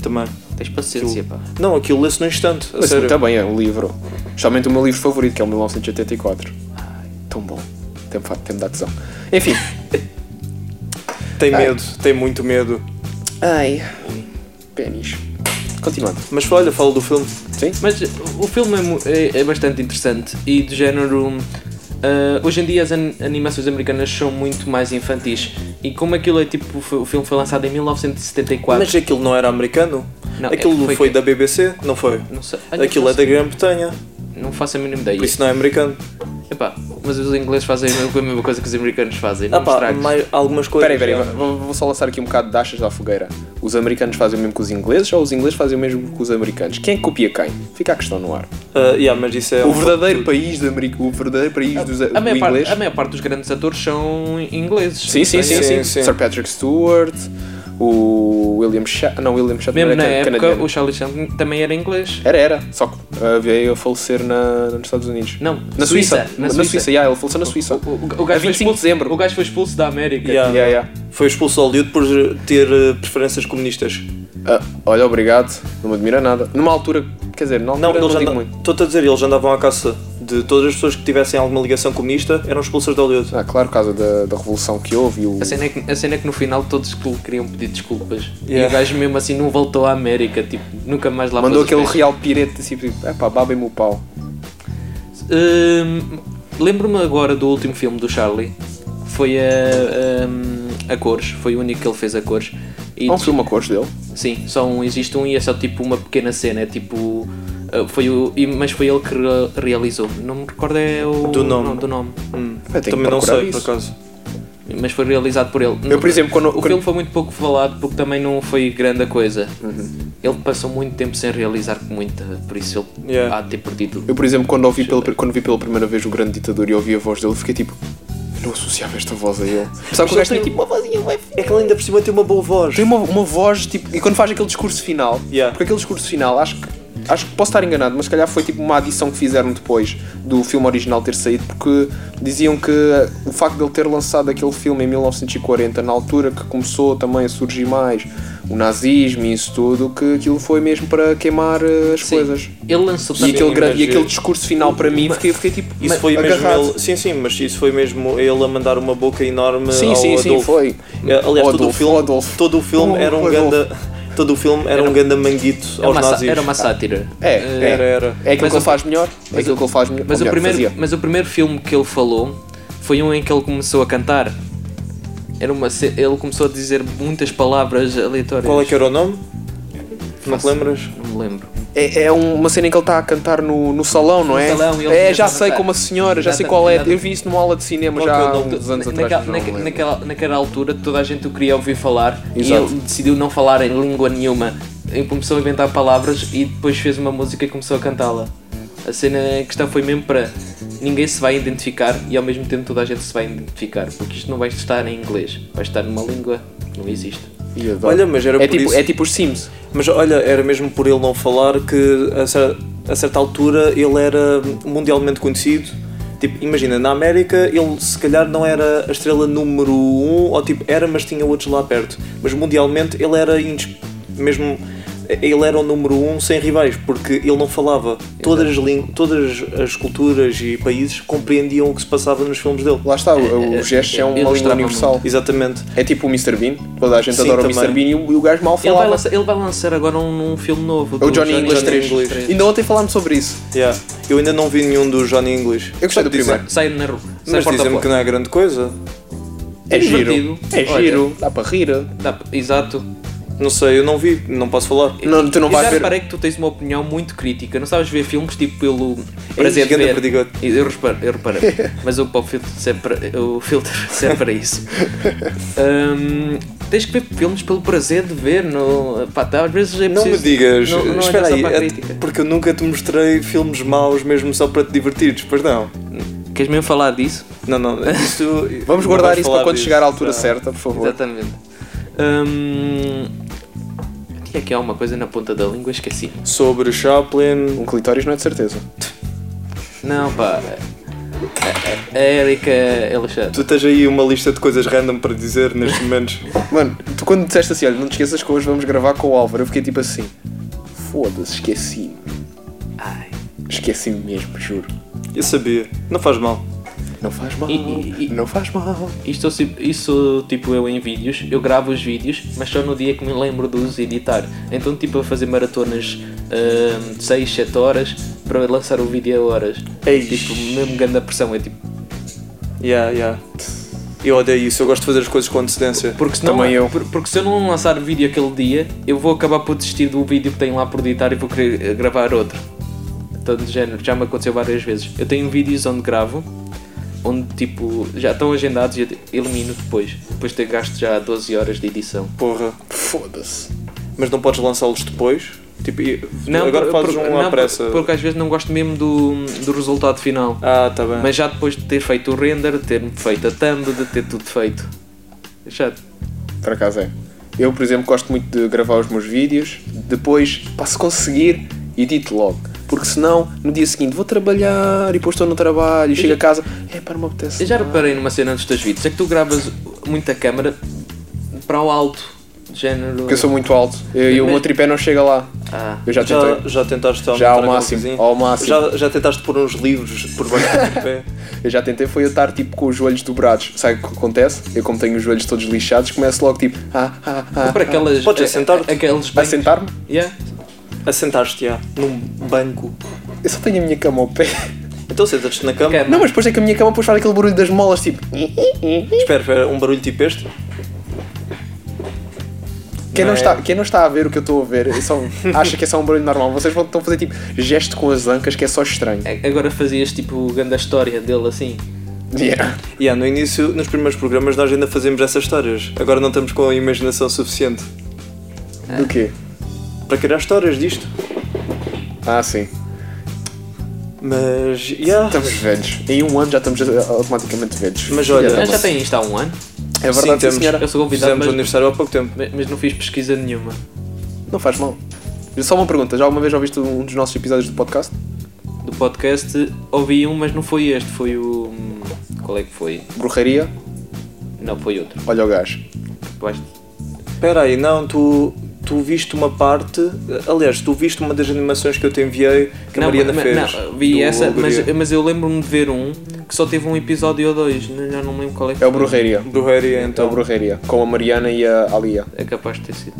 A: Também.
C: tens paciência, pá.
A: Não, aquilo lê-se num instante. A
B: Mas
A: sério.
B: também é um livro. Especialmente o meu livro favorito, que é o 1984. Tão bom. Tem, fa- tem-me dado tesão. Enfim.
C: [laughs]
A: Tem
B: Ai.
A: medo, tem muito medo.
B: Ai. Pênis. Continuando.
A: Mas olha, fala do filme.
B: Sim?
C: Mas o filme é mu- é, é bastante interessante e do género. ah, hoje em dia as an- animações americanas são muito mais infantis e como aquilo é tipo. foi- O filme foi lançado em 1974.
A: Mas aquilo não era americano?
C: Não, é,
A: aquilo
C: foi
A: foi,
C: que-
A: da BBC? Não foi?
C: Não sei. Olha,
A: Aquilo
C: não
A: é da Grã-Bretanha,
C: sei, Não faço a mínima ideia.
A: por isso não é americano.
C: Epá, mas os ingleses fazem a mesma coisa que os americanos fazem.
A: Ah
C: Não
A: pá,
C: estragues.
A: mais algumas coisas.
B: Peraí, peraí, vou, vou só lançar aqui um bocado de achas da fogueira. Os americanos fazem o mesmo que os ingleses ou os ingleses fazem o mesmo que os americanos? Quem é que copia quem? Fica a questão no ar.
A: Ah, yeah, mas isso é
B: O
A: um
B: verdadeiro país, do Ameri- o verdadeiro país dos, do
C: Então, a, maior
B: é inglês.
C: parte, a maior parte dos grandes atores são ingleses.
B: Sim, sim, sim,
A: Sim,
B: sim,
A: sim.
B: Sir Patrick Stewart, o William Shatner. Não, William Shatner
C: Mesmo
B: era
C: na
B: can-
C: época,
B: canadiano.
C: o Charlie Chaplin também era inglês.
B: Era, era. Só que ah, veio a falecer na, nos Estados Unidos.
C: Não,
B: Na Suíça.
C: Na
B: Na
C: Suíça.
B: Suíça, yeah, ele
A: Oh,
B: faleceu na Suíça.
C: O, o- o
B: A
C: gajo foi
B: 25 de
C: expulso,
B: dezembro.
C: O gajo foi expulso da América.
A: Yeah.
B: Yeah, yeah.
A: Foi expulso ao Hollywood por ter eh, preferências comunistas.
B: Ah, olha, obrigado. Não me admira nada. Numa altura, quer dizer, na
A: Não,
B: altura não,
A: eles
B: digo
A: andavam.
B: muito.
A: Estou-te a dizer, eles andavam à caça de todas as pessoas que tivessem alguma ligação comunista eram expulsas de Hollywood.
B: Ah, claro, por causa da, da revolução que houve e o...
C: A cena, é que, a cena é que no final todos que lhe queriam pedir desculpas. E
A: Yeah.
C: o gajo mesmo assim não voltou à América, tipo, nunca mais lá
B: Mandou
C: pôs
B: aquele
C: os pés.
B: real pirete assim, tipo, epá, babem-me o pau.
C: Hum, Lembro-me agora do último filme do Charlie. Foi a, hum, a cores, foi o único que ele fez a cores. E
B: Há um filme a cores dele.
C: Sim, só um, existe um e é só tipo uma pequena cena, é tipo. ah, Foi o, e- mas foi ele que re- realizou. Não me recordo é o
A: Do nome.
C: não, do nome.
A: Hum,
B: Eu tenho que
A: Também não
B: procurar
A: sei,
B: isso.
A: por acaso.
C: Mas foi realizado por ele.
B: Eu, por exemplo, quando-
C: o
B: quando-
C: filme foi muito pouco falado porque também não foi grande a coisa.
B: Uhum.
C: Ele passou muito tempo sem realizar muita, por isso ele
A: Yeah.
C: há de ter perdido.
B: Eu, por exemplo, quando, ouvi pela, quando vi pela primeira vez o Grande Ditador e ouvi a voz dele, fiquei tipo, "Eu não associava esta voz a ele. Sabe que o gajo tem tipo uma vozinha bem
A: É que ele ainda por cima tem uma boa voz.
B: Tem uma, uma voz, tipo, e quando faz aquele discurso final,
A: Yeah.
B: porque aquele discurso final, acho que, acho que posso estar enganado, mas se calhar foi tipo uma adição que fizeram depois do filme original ter saído, porque diziam que o facto dele ter lançado aquele filme em 1940, na altura que começou também a surgir mais o nazismo e isso tudo, que aquilo foi mesmo para queimar eh, as
C: Sim,
B: coisas.
C: Ele lançou
B: E
C: também.
B: aquele, grande, e
A: mas,
B: aquele
A: eh,
B: discurso final para mim, fiquei, fiquei tipo.
A: Isso
B: ma-
A: foi mesmo
B: agarrado.
A: ele. Sim, sim, mas isso foi mesmo ele a mandar uma boca enorme
B: Sim,
A: ao
B: sim, sim,
A: Adolfo.
B: foi.
A: É, Aliás, todo o
B: Adolfo,
A: filme,
B: Adolfo.
A: todo o filme era um
B: Adolfo.
A: ganda. Todo o filme era um ganda manguito
C: era
A: aos
C: uma, sa-
A: nazis.
C: era uma sátira.
B: É,
C: Eh,
A: Era, era.
B: É aquilo
C: Mas
B: que
C: o-
B: ele faz melhor. É aquilo que ele faz melhor.
C: Mas,
B: ou
C: o
B: melhor,
C: primeiro,
B: fazia.
C: mas o primeiro filme que ele falou foi um em que ele começou a cantar. Era uma, ce- ele começou a dizer muitas palavras aleatórias.
A: Qual é que era o nome? Não te
C: Faço-
A: lembras?
C: Não me lembro.
B: É, é um- uma cena em que ele está a cantar no, no salão, não é?
C: salão, e ele
B: é,
C: começa
B: já
C: a
B: sei
C: cantar.
B: como a senhora, já sei
C: Exatamente,
B: qual é. Eu
C: exatamente.
B: vi isso numa aula de cinema
A: Qual
B: já
A: que é o
B: há
A: nome do-
B: uns anos
C: Naquela,
B: atrás. não
C: naque-
B: me lembro.
C: naquela, naquela altura toda a gente o queria ouvir falar
B: Exato.
C: e ele decidiu não falar em língua nenhuma. Ele começou a inventar palavras e depois fez uma música e começou a cantá-la. A cena em questão foi mesmo para ninguém se vai identificar e ao mesmo tempo toda a gente se vai identificar, porque isto não vai estar em inglês, vai estar numa língua que não existe.
B: E adoro.
A: Olha, mas era
B: é
A: por
B: tipo,
A: isso-
B: É tipo os Sims.
A: Mas olha, era mesmo por ele não falar que a cer- a certa altura ele era mundialmente conhecido. Tipo, imagina, na América ele se calhar não era a estrela número um, ou tipo, era, mas tinha outros lá perto. Mas mundialmente ele era ins- mesmo. Ele era o número um sem rivais, porque ele não falava. Todas as, lin- todas as culturas e países compreendiam o que se passava nos filmes dele.
B: Lá está, o, o gesto é uma
C: ele
B: língua
C: mostrava
B: universal.
A: Exatamente.
B: É tipo o Mr. Bean. Toda a gente
A: Sim,
B: adora o
A: também.
B: Mr. Bean e o, e o gajo mal
C: Ele vai,
B: falava.
C: lançar, ele vai lançar agora um, um filme novo.
B: É o
C: do
B: Johnny English
A: Johnny
B: 3.
A: English.
B: Ainda ontem falámos sobre isso.
A: Yeah. Eu ainda não vi nenhum do Johnny English.
B: Eu gostei do primeiro.
C: Sai na rua. Sai
A: Mas
C: porta a
A: dizem-me que
C: porta.
A: não é grande coisa.
B: É
C: É
B: giro.
C: divertido.
B: É
C: Olha.
B: giro. Dá para rir.
C: Dá- Exato.
A: Não sei, eu não vi, não posso falar.
B: Não, tu não
C: Eu já
B: vais ver.
C: reparei que tu tens uma opinião muito crítica. Não sabes ver filmes tipo pelo prazer de
A: ganda
C: ver.
A: perdigote.
C: Eu, reparo, eu
A: [laughs]
C: reparei. Mas o pop filtro serve para, o [laughs] filtro serve para isso. Hum, tens que ver filmes pelo prazer de ver. No, pá, tá, às vezes é
A: Não me
C: preciso-
A: digas,
C: não- não é
A: espera
C: só
A: aí,
C: para a
A: é-
C: crítica.
A: porque eu nunca te mostrei filmes maus mesmo só para te divertires, pois não?
C: Queres mesmo falar disso?
A: Não, não,
C: [laughs]
A: isso.
B: Vamos
A: não
B: guardar
A: vais
B: isso
A: falar
B: para quando
A: disso,
B: chegar à altura
A: não.
B: certa, por favor.
C: Exatamente. Hum, aqui é que há uma coisa na ponta da língua, esqueci.
A: Sobre Chaplin.
B: Um clitóris não é de certeza.
C: Não, pá. A, a- a Erika Alexandre.
A: Tu tens aí uma lista de coisas random para dizer nestes momentos.
B: Mano, tu quando disseste assim, olha, não te esqueças que hoje vamos gravar com o Álvaro, eu fiquei tipo assim. Foda-se, esqueci.
C: Ai.
B: Esqueci-me mesmo, juro.
A: Eu sabia, não faz mal.
B: Não faz mal.
C: E- e- e-
B: Não faz mal.
C: Isto, eu si- isso, tipo, eu em vídeos, eu gravo os vídeos, mas só no dia que me lembro de os editar. Então, tipo, a fazer maratonas ahm, de 6, 7 horas para lançar o vídeo a horas. É Tipo, mesmo grande a pressão, é tipo...
A: Yeah, yeah. Eu odeio isso, eu gosto de fazer as coisas com antecedência.
C: Porque senão,
B: Também eu.
C: por- porque se eu não lançar o vídeo aquele dia, eu vou acabar por desistir do vídeo que tenho lá por editar e vou querer eh, gravar outro. Então, de género, já me aconteceu várias vezes. Eu tenho vídeos onde gravo, onde, tipo, já estão agendados e eu elimino depois. Depois de ter gasto já 12 horas de edição.
A: Porra.
B: Foda-se.
A: Mas não podes lançá-los depois? Tipo, e-
C: Não,
A: agora
C: por-
A: fazes
C: por-
A: um à
C: não,
A: pressa.
C: por- Porque às vezes não gosto mesmo do, do resultado final.
A: Ah, tá bem.
C: Mas já depois de ter feito o render, de ter feito a thumb, de ter tudo feito. Já.
B: Por acaso é. Eu, por exemplo, gosto muito de gravar os meus vídeos, depois, para se conseguir, edito logo. Porque senão, no dia seguinte, vou trabalhar e depois estou no trabalho e chego a casa, é para me apetece.
C: Eu já
B: nada."
C: reparei numa cena dos teus vídeos, é que tu gravas muita câmera para o alto. de Género.
B: Porque eu sou muito alto eu- e o
C: Mas-
B: meu tripé não chega lá.
C: Ah.
B: Eu já
A: já,
B: tentei.
A: já tentaste aumentar
B: Já ao
A: aquela
B: máximo,
A: coisinha?
B: ao máximo.
A: Já, já tentaste pôr uns livros por baixo do pé?
B: [laughs] Eu já tentei foi eu estar tipo com os joelhos dobrados. Sabe o que acontece? Eu como tenho os joelhos todos lixados, começo logo tipo ah, ah, ah,
C: Para aquelas.
A: Podes
C: a-
A: assentar-te?
C: a- Aqueles
B: ah. a
C: bancos.
B: sentar-me.
C: Yeah.
A: Assentaste-te, já, num banco.
B: Eu só tenho a minha cama ao pé.
A: Então sentas-te na cama.
C: Cama.
B: Não, mas depois é que a minha cama depois faz aquele barulho das molas tipo.
A: Espera, espera, um barulho tipo este?
B: Quem não,
A: Não é?
B: está, quem não está a ver o que eu estou a ver
A: [laughs]
B: é só- acha que é só um barulho normal. Vocês vão estão a fazer tipo gesto com as ancas que é só estranho.
C: A- Agora fazias tipo grande a história dele assim.
B: Yeah.
A: Yeah, no início, nos primeiros programas, nós ainda fazemos essas histórias. Agora não estamos com a imaginação suficiente
B: Do quê?
A: para criar histórias disto.
B: Ah, sim.
A: Mas, yeah.
B: Estamos velhos. Em um ano já estamos ah, automaticamente velhos.
A: Mas olha-
B: Filha da
C: Mas já
B: mãe.
C: tem isto há um ano,
B: É verdade, sim,
A: Sim,
B: senhora.
C: eu sou convidado,
A: Fizemos o
C: mas,
A: aniversário há pouco tempo.
C: mas- mas não fiz pesquisa nenhuma.
B: Não faz mal. Só uma pergunta, já alguma vez ouviste um dos nossos episódios do podcast?
C: Do podcast ouvi um, mas não foi este, foi o. hum, Qual é que foi?
B: Bruxaria,
C: Não, foi outro.
B: olha o gajo.
C: Vais-
A: Espera aí, não, tu, tu viste uma parte. Aliás, tu viste uma das animações que eu te enviei que
C: Não,
A: a Mariana
C: mas-
A: fez.
C: não, vi
A: do
C: essa, mas,
A: Algoria.
C: mas eu lembro-me de ver um que só teve um episódio ou dois, não- já não lembro qual é que
B: É o
C: foi.
B: Bruxaria.
A: Brujeria,
B: É o
A: então.
B: Bruxaria, com a Mariana e a Alia.
C: É capaz de ter sido.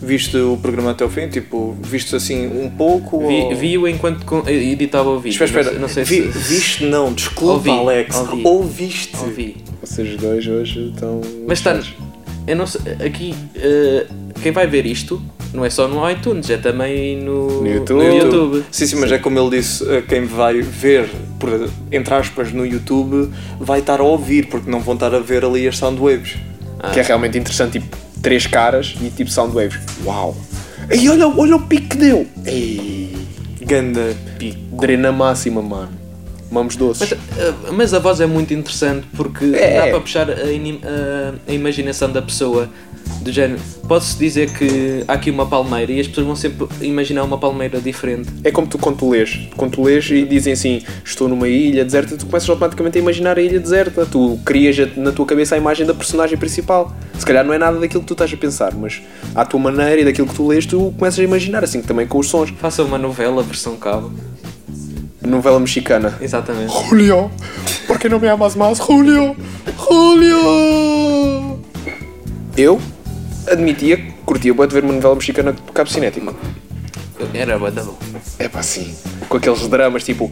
A: Viste o programa até ao fim? Tipo, viste assim um pouco? ou...
C: Vi- Vi-o enquanto con- eh, editava o vídeo.
A: Espera, espera.
C: Não, sei- não sei
A: Vi-
C: se.
A: Viste não, desculpa,
C: Ouvi,
A: Alex.
C: ouvi.
A: Ouviste.
C: Ouvi.
B: Vocês dois hoje estão.
C: Mas tá- está. Eu não sei. Aqui. eh, quem vai ver isto não é só no iTunes, é também no,
B: No YouTube.
C: no
A: Sim, sim, mas é como ele disse, eh, quem vai ver, por, entre aspas, no YouTube, vai estar a ouvir, porque não vão estar a ver ali as soundwaves.
C: Ah.
B: Que é realmente interessante, tipo, três caras e tipo soundwaves. Uau! E olha, olha o pique que deu! Ei,
A: Ganda.
B: pique. Drena máxima, mano. Mamos doces.
C: Mas, eh, mas a voz é muito interessante porque
B: É.
C: dá para puxar a, inim- a- a imaginação da pessoa. Do género, posso dizer que há aqui uma palmeira e as pessoas vão sempre imaginar uma palmeira diferente.
B: É como tu quando tu lês. Quando tu lês e dizem assim, estou numa ilha deserta, tu começas automaticamente a imaginar a ilha deserta. Tu crias a- na tua cabeça a imagem da personagem principal. Se calhar não é nada daquilo que tu estás a pensar, mas à tua maneira e daquilo que tu lês, tu começas a imaginar, assim também com os sons.
C: Faça uma novela versão cabo.
B: Novela mexicana.
C: Exatamente.
B: Julio, por que não me amas mais, Julio? Julio! Eu admitia que curtia bué de ver uma novela mexicana do Cabo Cinético.
C: Era bué da bom.
B: É pá, sim. Com aqueles dramas tipo,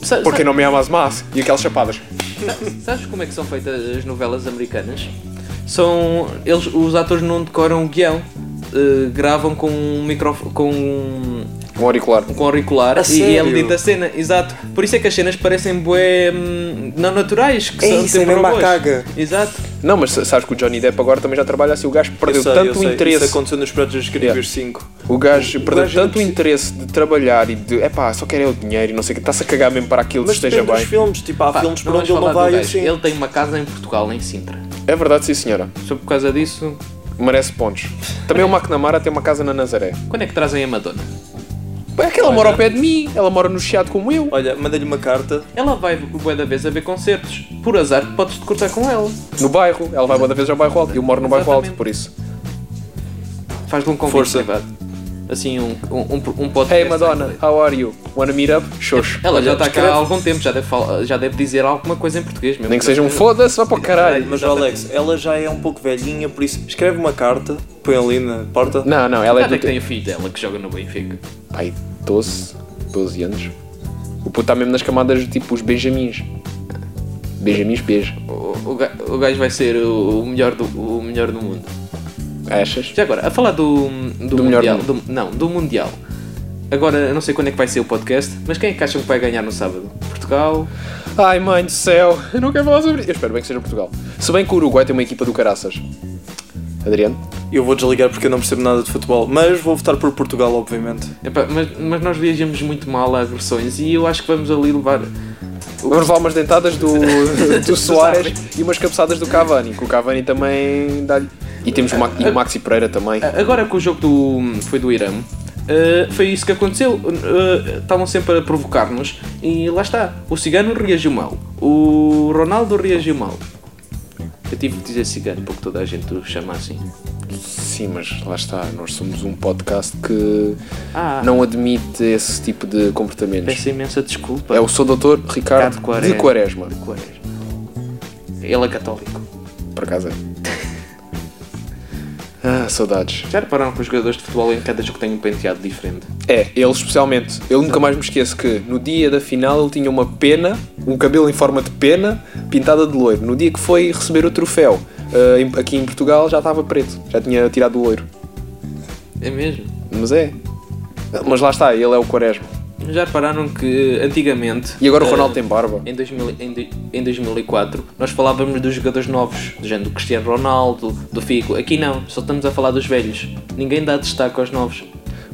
C: Sa-
B: por que não me amas mais? E aquelas chapadas.
C: Sabes como é que são feitas as novelas americanas? são. Eles, os atores não decoram o guião, eh, gravam com um microfone. com um,
B: Um auricular.
C: com um auricular
A: A
C: e, e é
A: sério?
C: medida a cena, exato. Por isso é que as cenas parecem bué hum, não naturais, que
A: É
C: são
A: isso, é
C: sempre
A: mesmo a
C: robôs.
A: caga.
C: Exato.
B: Não, mas sabes que o Johnny Depp agora também já trabalha assim. O gajo perdeu tanto o interesse.
A: Isso aconteceu nos Pratos
B: Yeah.
A: Caribe 5.
B: O gajo perdeu
A: gajo
B: tanto o
A: não precisa-
B: interesse de trabalhar e de. Epá, só quer é o dinheiro e não sei o que. Está-se a cagar mesmo para aquilo
A: Mas
B: que esteja
A: depende dos
B: bem.
A: filmes, tipo, há
C: Pá,
A: filmes por
C: vamos
A: onde ele não
C: falar do
A: vai
C: gajo.
A: assim.
C: Ele tem uma casa em Portugal, em Sintra.
B: É verdade, sim senhora.
C: Só por causa disso,
B: Merece pontos. Também o McNamara tem uma casa na Nazaré.
C: quando é que trazem a Madonna?
B: Pá, É que ela mora ao pé de mim, ela mora no Chiado como eu.
A: Olha, manda-lhe uma carta.
C: Ela vai bué da vez a ver concertos. Por azar, podes-te cortar com ela.
B: No bairro, ela vai da vez ao bairro alto. Eu moro no bairro alto,
C: Exatamente.
B: por isso.
C: Faz-lhe um convite
A: Força.
C: privado. Assim, um, um, um, um podcast.
B: Hey Madonna, how are you? Wanna meet up? Xoxo.
C: Ela já está cá
A: escreve.
C: há algum tempo, já deve, fal- já deve dizer alguma coisa em português mesmo.
B: Nem que seja um foda-se, vá para o caralho.
A: Mas ó, Alex, ela já é um pouco velhinha, por isso escreve uma carta, põe ali na porta.
B: Não, não, ela é
C: Ela é
B: do
C: que tem
B: tempo.
C: o filho dela que joga no Benfica.
B: Ai, 12, 12 anos. O puto está mesmo nas camadas, tipo, os benjamins. Benjamins beijo.
C: O, o, ga- o gajo vai ser o, o melhor do, o melhor do mundo.
B: Achas?
C: Já agora, a falar do, do,
B: Do melhor
C: Mundial. do- não, do Mundial. Agora, eu não sei quando é que vai ser o podcast, mas quem é que acham que vai ganhar no sábado? Portugal?
B: Ai, mãe do céu, eu não quero falar sobre isso. Eu espero bem que seja Portugal. Se bem que o Uruguai tem uma equipa do caraças. Adriano?
A: Eu vou desligar porque eu não percebo nada de futebol, mas vou votar por Portugal, obviamente.
C: Epá, mas, mas nós reagimos muito mal a agressões e eu acho que vamos ali levar.
B: Vamos levar umas dentadas do, do Soares e umas cabeçadas do Cavani, que o Cavani também dá-lhe. E temos o, Ma- e o Maxi Pereira também.
C: A- Agora que o jogo do, foi do Irão, eh, foi isso que aconteceu. Eh, Estavam sempre a provocar-nos e lá está. O Cigano reagiu mal. O Ronaldo reagiu mal. Eu tive de dizer Cigano porque toda a gente o chama assim.
B: Sim, mas lá está, nós somos um podcast que
C: Ah.
B: não admite esse tipo de comportamentos.
C: Peço imensa desculpa.
B: É o Sou Doutor Ricardo,
C: Ricardo Quaresma.
B: de Quaresma.
C: de Quaresma. Ele é católico.
B: Por [laughs] acaso é. Ah, saudades.
C: Já repararam que os jogadores de futebol em cada jogo têm um penteado diferente?
B: É, ele especialmente. Eu nunca mais me esqueço que no dia da final ele tinha uma pena, um cabelo em forma de pena, pintada de loiro. No dia que foi receber o troféu ah, em- aqui em Portugal já estava preto, já tinha tirado o loiro.
C: É mesmo?
B: Mas é. Mas lá está, ele é o Quaresma.
C: Já repararam que antigamente.
B: E agora o
C: eh,
B: Ronaldo tem barba.
C: Em, 2000 em do- em 2004, nós falávamos dos jogadores novos, do género do Cristiano Ronaldo, do Figo. Aqui não, só estamos a falar dos velhos. Ninguém dá destaque aos novos.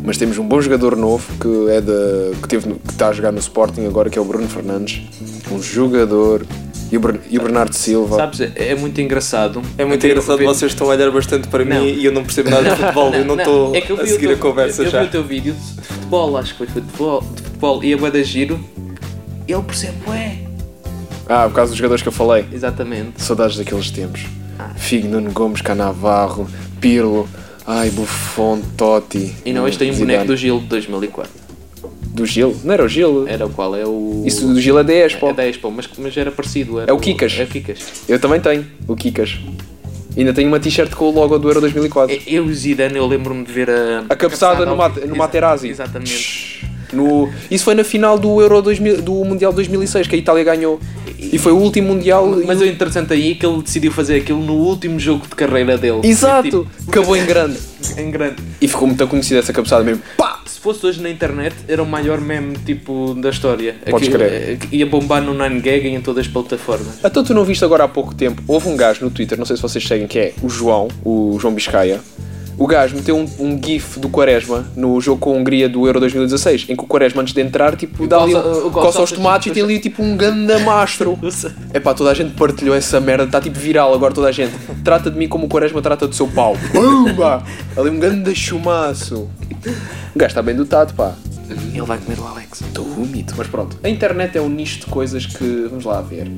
B: Mas temos um bom jogador novo que é da que teve no- que está a jogar no Sporting agora que é o Bruno Fernandes, um jogador e o, Bern- e o Bernardo Silva.
C: Sabes? É é muito engraçado.
A: É muito
C: Eu-
A: engraçado,
C: eu-
A: vocês estão a olhar bastante para
C: Não.
A: mim e eu não percebo nada de futebol, eu não estou
C: É que eu vi
A: a
C: o
A: seguir
C: teu-
A: a conversa
C: eu,
A: já.
C: Eu vi o teu vídeo de de futebol, acho que foi futebol, de futebol e a boa da giro. Ele percebe, ué.
B: Ah, por causa dos jogadores que eu falei.
C: Exatamente.
B: Saudades daqueles tempos.
C: Ah.
B: Figo, Nuno Gomes, Canavarro, Pirlo, ai, Buffon, Totti.
C: E não, este tem um
B: Zidane.
C: boneco do Gil de 2004.
B: Do Gil? Não era o Gil?
C: Era o qual? É o.
B: Isso do Gil é 10, pô.
C: É da Expo, mas, mas era parecido. Era
B: É o Kikas.
C: É o Kikas.
B: Eu também tenho, o Kikas. Ainda tenho uma t-shirt com o logo do Euro 2004.
C: É- Eu e o Zidane, eu lembro-me de ver a.
B: A cabeçada no,
C: ao
B: Mate-
C: vivo.
B: no
C: Exa-
B: Materazzi.
C: Exatamente.
B: Shhh. No, isso foi na final do Euro 2000, do Mundial 2006 que a Itália ganhou. E foi o último Mundial.
C: Mas o
B: e-
C: interessante aí é que ele decidiu fazer aquilo no último jogo de carreira dele.
B: Exato!
C: Tipo,
B: Acabou em grande.
C: em grande.
B: E ficou muito conhecida essa cabeçada mesmo. Pá!
C: Se fosse hoje na internet, era o maior meme tipo da história.
B: Podes
C: Aquilo,
B: crer.
C: eh, que Ia bombar no 9gag e em todas as plataformas.
B: Então tu não viste agora há pouco tempo, houve um gajo no Twitter, não sei se vocês seguem, que é o João, o João Biscaia. O gajo meteu um, um gif do Quaresma no jogo com a Hungria do Euro 2016, em que o Quaresma antes de entrar, tipo, dá ali,
C: coça- o coça
B: coça aos
C: aos
B: tomates e tem ali tipo um ganda mastro.
C: [laughs]
B: Epá, toda a gente partilhou essa merda, está tipo viral agora toda a gente. Trata de mim como o Quaresma trata do seu
C: [laughs]
B: pau. Pumba! Ali um ganda chumaço. O gajo está bem dotado, pá.
C: Ele vai comer o Alex.
B: Estou úmido. Mas pronto, a internet é um nicho de coisas que, vamos lá ver,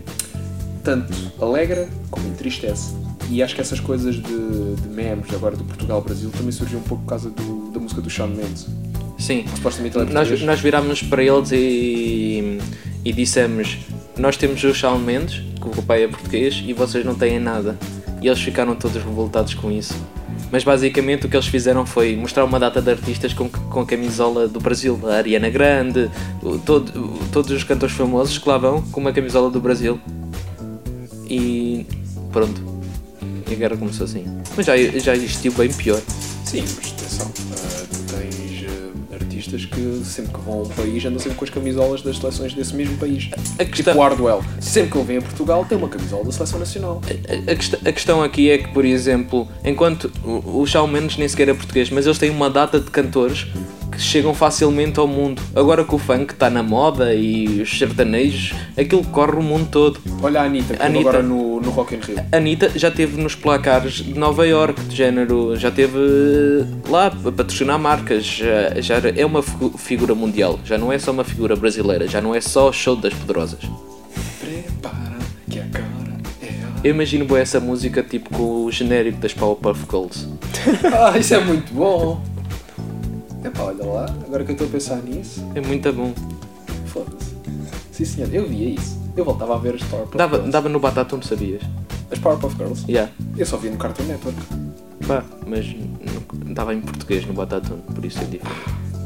B: tanto alegra como entristece. E acho que essas coisas de, de memes agora do Portugal-Brasil também surgiu um pouco por causa do- da música do Shawn Mendes.
C: Sim.
B: Supostamente ele é
C: Nós,
B: português.
C: nós virámos para eles e, e dissemos: Nós temos os Shawn Mendes, que o pai é português, e vocês não têm nada. E eles ficaram todos revoltados com isso. Mas basicamente o que eles fizeram foi mostrar uma data de artistas com, com a camisola do Brasil, a Ariana Grande, o- todo- o- todos os cantores famosos que lá vão com uma camisola do Brasil. E pronto. E a guerra começou assim. Mas já, já existiu bem pior.
B: Sim, mas atenção, ah, tu tens ah, artistas que sempre que vão a um país andam sempre com as camisolas das seleções desse mesmo país.
C: A
B: Tipo
C: questão,
B: o Hardwell, sempre que ele vem a Portugal tem uma camisola da seleção nacional.
C: a, a quest- a questão aqui é que, por exemplo, enquanto o, o Shawn Mendes nem sequer é português, mas eles têm uma data de cantores que chegam facilmente ao mundo. Agora que o funk está na moda e os sertanejos, aquilo corre o mundo todo.
B: Olha a Anitta, que Anitta. É,
C: Anitta.
B: agora no, no Rock in Rio.
C: Anitta já teve nos placares de Nova York, de género, já teve eh, lá a patrocinar marcas, já, já era- é uma figu- figura mundial, já não é só uma figura brasileira, já não é só o show das poderosas.
B: Prepara que agora é a...
C: Eu imagino bem essa música tipo com o genérico das Powerpuff Girls.
B: Ah, isso é muito bom! Epá, olha lá, agora que eu estou a pensar nisso,
C: É muito bom.
B: foda-se. Sim senhor, eu via isso. Eu voltava a ver as Powerpuff
C: Dava,
B: Girls.
C: dava no Batatum, sabias?
B: As Powerpuff Girls.
C: Yeah.
B: Eu só via no Cartoon Network.
C: Pá, mas não- dava em português no Batatum, por isso é diferente.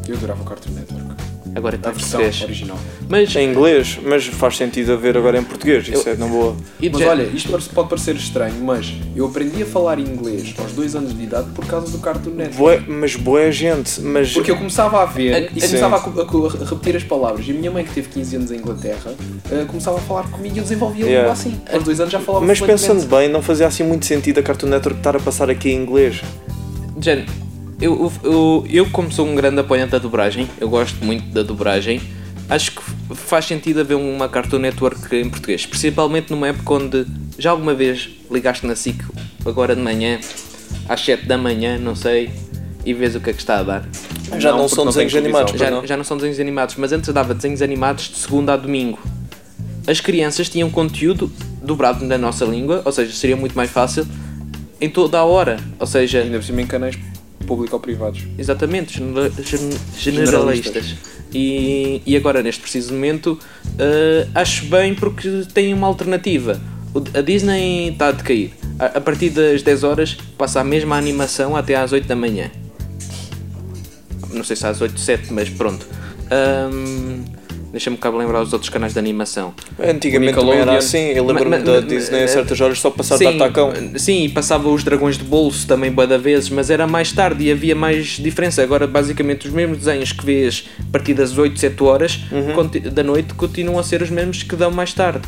B: Eu adorava o Cartoon Network.
C: Agora está
B: A
C: em
B: versão
C: português.
B: original.
C: Mas,
A: Em inglês, mas faz sentido haver agora em português, isso é na boa.
C: e de
B: Mas
C: género-
B: olha, isto parece- pode parecer estranho, mas eu aprendi a falar inglês aos dois anos de idade por causa do Cartoon Network.
A: Bué- mas boa gente, mas
B: Porque eu começava a ver e
C: Sim.
B: começava a, co- a co- a repetir as palavras. E a minha mãe, que teve 15 anos em Inglaterra, eh, começava a falar comigo e eu desenvolvia a língua
A: Yeah.
B: assim. Aos dois anos já falava
A: Mas
B: fluentemente.
A: pensando bem, não fazia assim muito sentido a Cartoon Network estar a passar aqui em inglês.
C: Jen, eu, eu, eu como sou um grande apoiante da dobragem, eu gosto muito da dobragem, acho que f- faz sentido haver uma Cartoon Network em português, principalmente numa época onde já alguma vez ligaste na SIC agora de manhã, às 7 da manhã, não sei, e vês o que é que está a dar.
A: Já não,
B: Não, porque
A: são
B: não tem
A: desenhos animados,
B: televisão.
A: pois
C: Já,
A: não?
C: já não são desenhos animados, mas antes dava desenhos animados de segunda a domingo. As crianças tinham conteúdo dobrado na nossa língua, ou seja, seria muito mais fácil em toda a hora. Ou seja,
B: Ainda por cima em canais público ou privados.
C: Exatamente, genera- gen- generalistas. E, e agora, neste preciso momento, eh, acho bem porque tem uma alternativa. O- A Disney está a decair. A, a partir das 10 horas passa a mesma animação até às 8 da manhã. Não sei se às 8, 7, mas pronto. Ahm, Deixa-me cá lembrar os outros canais de animação.
A: Antigamente
B: O
A: também era
B: Nickelodeon.
A: assim, eu
C: Ma-
A: lembro-me
C: ma-
A: da
C: ma-
A: Disney
C: eh,
A: a certas horas só passar de
C: Sim,
A: atacão.
C: Sim, e passava os dragões de bolso também bué da vezes, mas era mais tarde e havia mais diferença. Agora, basicamente, os mesmos desenhos que vês a partir das 8, 7 horas
B: Uhum.
C: conti- da noite continuam a ser os mesmos que dão mais tarde.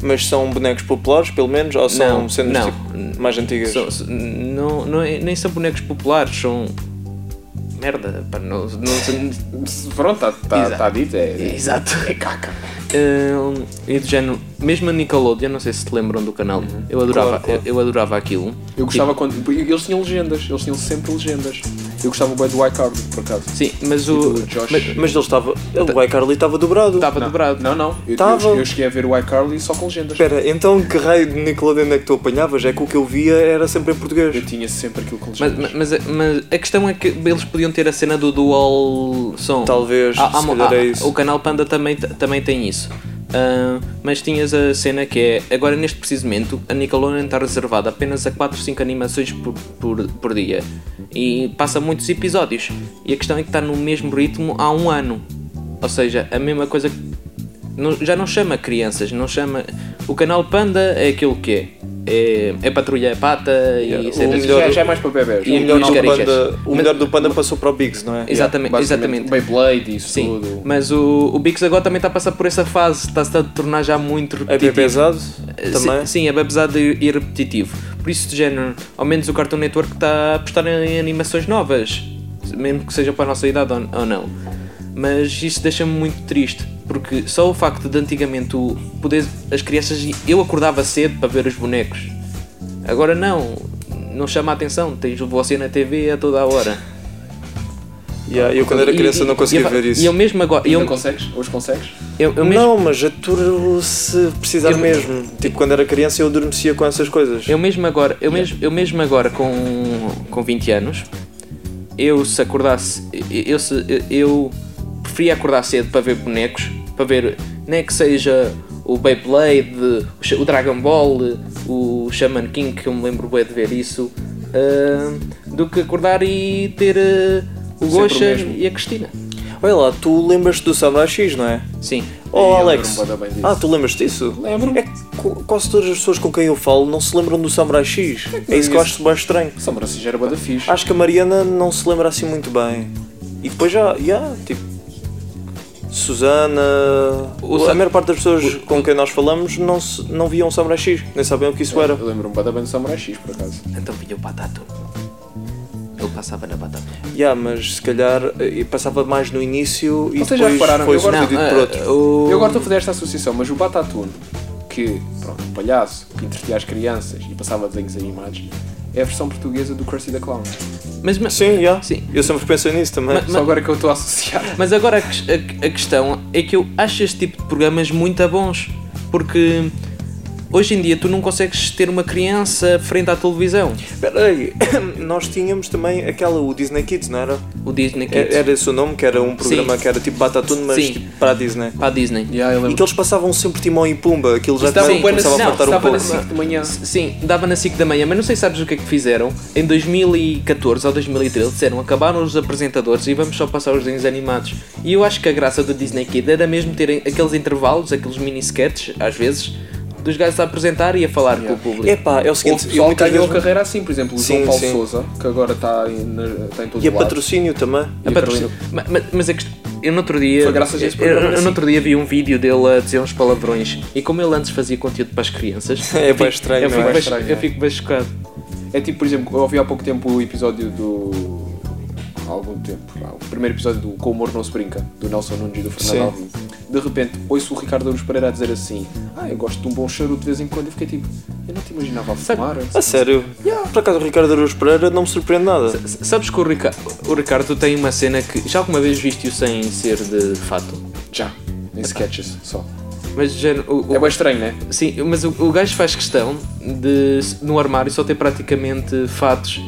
A: Mas são bonecos populares, pelo menos, ou são
C: Não,
A: cenas
C: não.
A: tipo, mais antigas?
C: São- s- não, não é- nem são bonecos populares, são. Merda, pá, não, não,
B: Pronto, está tá,
C: Exato.
B: tá dito. É,
C: [laughs] Exato.
B: é caca.
C: Hum, e do género, mesmo a Nickelodeon, não sei se te lembram do canal, eu, adorava,
A: Claro, claro.
C: Eu, eu adorava aquilo.
B: Uhum. Eu gostava quando. Eles tinham legendas, eles tinham sempre legendas. Eu gostava bem do iCarly, por acaso.
C: Sim, mas o.
B: do Josh.
C: mas-
A: Mas ele estava. Ele, o iCarly estava dobrado.
C: Estava dobrado.
B: Não, não. Eu,
A: Tava.
B: eu, eu cheguei a ver o iCarly só com legendas.
A: Espera, então que raio de Nickelodeon é que tu apanhavas? É que o que eu via era sempre em português.
B: Eu tinha sempre aquilo com legendas.
C: Mas, mas- mas, mas a questão é que eles podiam ter a cena do dual som.
A: Talvez,
C: Há- há-
A: se calhar
C: há-
A: é isso.
C: ah, O canal Panda também, t- também tem isso. Ah, mas tinhas a cena que é agora neste preciso momento a Nickelodeon está reservada apenas a 4 5 animações por, por, por dia e passa muitos episódios e a questão é que está no mesmo ritmo há um ano ou seja a mesma coisa que- não- já não chama crianças não chama o canal Panda é aquilo que é é, é patrulha pata e cenas assim.
A: o
C: do
A: melhor-
B: já,
C: género.
B: já é mais para bebés.
A: O
C: E-
A: melhor,
C: e
A: do
C: carejas.
A: panda, o
C: Mas-
A: melhor do Panda passou para o Biggs, não é?
C: Exatamente, exatamente.
B: Beyblade, isso
C: Sim,
B: tudo.
C: mas o, o Bix agora também está a passar por essa fase, está-se a tornar já muito
A: É bem
C: repetitivo.
A: pesado
C: Eh,
A: também.
C: tipo, Sim, sim, é bem pesado e e repetitivo. Por isso, de género, ao menos o Cartoon Network está a apostar em animações novas, mesmo que seja para a nossa idade ou, ou não. Mas isso deixa-me muito triste, porque só o facto de antigamente o poder, as crianças. Eu acordava cedo para ver os bonecos. Agora não, não chama a atenção, tens você na TV a toda a hora.
A: Yeah, eu quando era
C: E-
A: criança
C: e-
A: não
C: e
A: conseguia
C: eu fa-
A: ver isso.
C: E eu mesmo agora.
B: E
C: Eu,
B: não consegues? Hoje consegues?
C: eu, eu mesmo,
A: Não, mas aturo se precisar
C: Eu-
A: mesmo. Tipo, quando era criança eu adormecia com essas coisas.
C: eu mesmo agora, eu mesmo, eu mesmo agora com, com 20 anos, eu se acordasse, eu, se, eu preferia acordar cedo para ver bonecos, para ver, nem que seja o Beyblade, o Sha- o Dragon Ball, o Shaman King, que eu me lembro bem de ver isso, ah, do que acordar e ter ah, o
B: Sempre o
C: Gosha
B: mesmo.
C: e a Cristina.
A: Olha lá, tu lembras-te do Samurai X, não é?
C: Sim.
A: Oh,
B: Eu
A: Alex.
B: lembro-me bué da bem
A: Ah,
B: disso.
A: tu lembras disso?
B: Lembro-me.
A: É que co- quase todas as pessoas com quem eu falo não se lembram do Samurai X. É isso que eu acho bem estranho.
B: Só Brasil era bué da fixe.
A: Acho que a Mariana não se lembra assim muito bem. E depois já, já tipo. Susana.
C: O
A: a
C: Sa-
A: maior parte das pessoas com quem nós falamos não, se, não viam Samurai X, nem sabiam o que
C: É.
A: isso era.
B: Eu lembro-me bué da bem do Samurai X, por acaso.
C: Então vinha o batata. Ele passava na batata.
A: Ya, mas se calhar eh, passava mais no início e
B: Vocês já
A: depois
B: repararam,
A: foi
B: eu gosto-
A: substituído
C: Não,
A: por
C: eh,
A: outro.
C: o-
B: Eu agora estou a fazer esta associação, mas o Batatune, que, pronto, um palhaço, que entretia as crianças e passava desenhos animados, é a versão portuguesa do Krusty the Clown.
C: Mas, mas,
A: Sim, já.
C: Sim.
A: Eu sempre pensei nisso também.
C: Mas-
B: Só agora que eu estou a associar.
C: mas agora a, ques- a- a questão é que eu acho este tipo de programas muito a bons. Porque hoje em dia tu não consegues ter uma criança frente à televisão.
A: Espera aí, [coughs] nós tínhamos também aquela, o Disney Kids, não era?
C: O Disney Kids.
A: Era, era esse o nome, que era um programa
C: Sim.
A: que era tipo Batatune, mas
C: Sim.
A: tipo, para a Disney.
C: Para a Disney.
B: Yeah, eu
A: E que eles passavam sempre Timão e Pumba, aquilo já
B: Isso dava
A: também
C: Sim,
B: bué na-
A: começava a
C: não,
A: faltar um
B: dava na
A: pouco.
B: SIC de manhã.
C: Sim, dava na 5 da manhã, mas não sei se sabes o que é que fizeram. Em 2014 ou 2013 disseram acabaram os apresentadores e vamos só passar os desenhos animados. E eu acho que a graça do Disney Kid era mesmo terem aqueles intervalos, aqueles mini sketches, às vezes, dos gajos a apresentar e a falar com o público.
A: É pá, é o
B: O
A: seguinte, eu
B: pessoal
A: muitas
B: ganhou
A: vezes...
B: a carreira assim, por exemplo, o
A: Sim,
B: João Paulo
A: sim.
B: Souza, que agora está em, na- está em todo
A: E a
B: lado.
A: patrocínio também.
C: A
B: E a
C: patrocínio- Ma- ma- Mas é que eu no outro dia.
B: Foi graças a esse
C: eu- eu-
B: programa,
C: eu no outro dia vi um vídeo dele a dizer uns palavrões. E como ele antes fazia conteúdo para
B: [laughs]
C: as crianças.
A: É
C: eu
A: bem
C: fico-
A: estranho,
C: eu
A: não
C: fico
A: é?
C: bem-
B: Estranho, é.
C: Eu fico bem chocado.
B: É tipo, por exemplo, eu ouvi há pouco tempo o episódio do. Há algum tempo, há o primeiro episódio do Com o Humor Não Se Brinca, do Nelson Nunes e do
A: Sim.
B: Fernando Alvim. De repente, ouço o Ricardo Aruz Pereira a dizer assim: Ah, eu gosto de um bom charuto de vez em quando. E fiquei tipo: Eu não te imaginava a fumar.
A: A sério, por acaso o Ricardo Aruz Pereira não me surpreende nada.
C: S- Sabes que o, Rica- o Ricardo tem uma cena que já alguma vez viste-o sem ser de fato?
B: Já, em sketches só.
C: Mas já, o, o-
B: É bem estranho, né?
C: sim, mas o, o gajo faz questão de no armário só ter praticamente fatos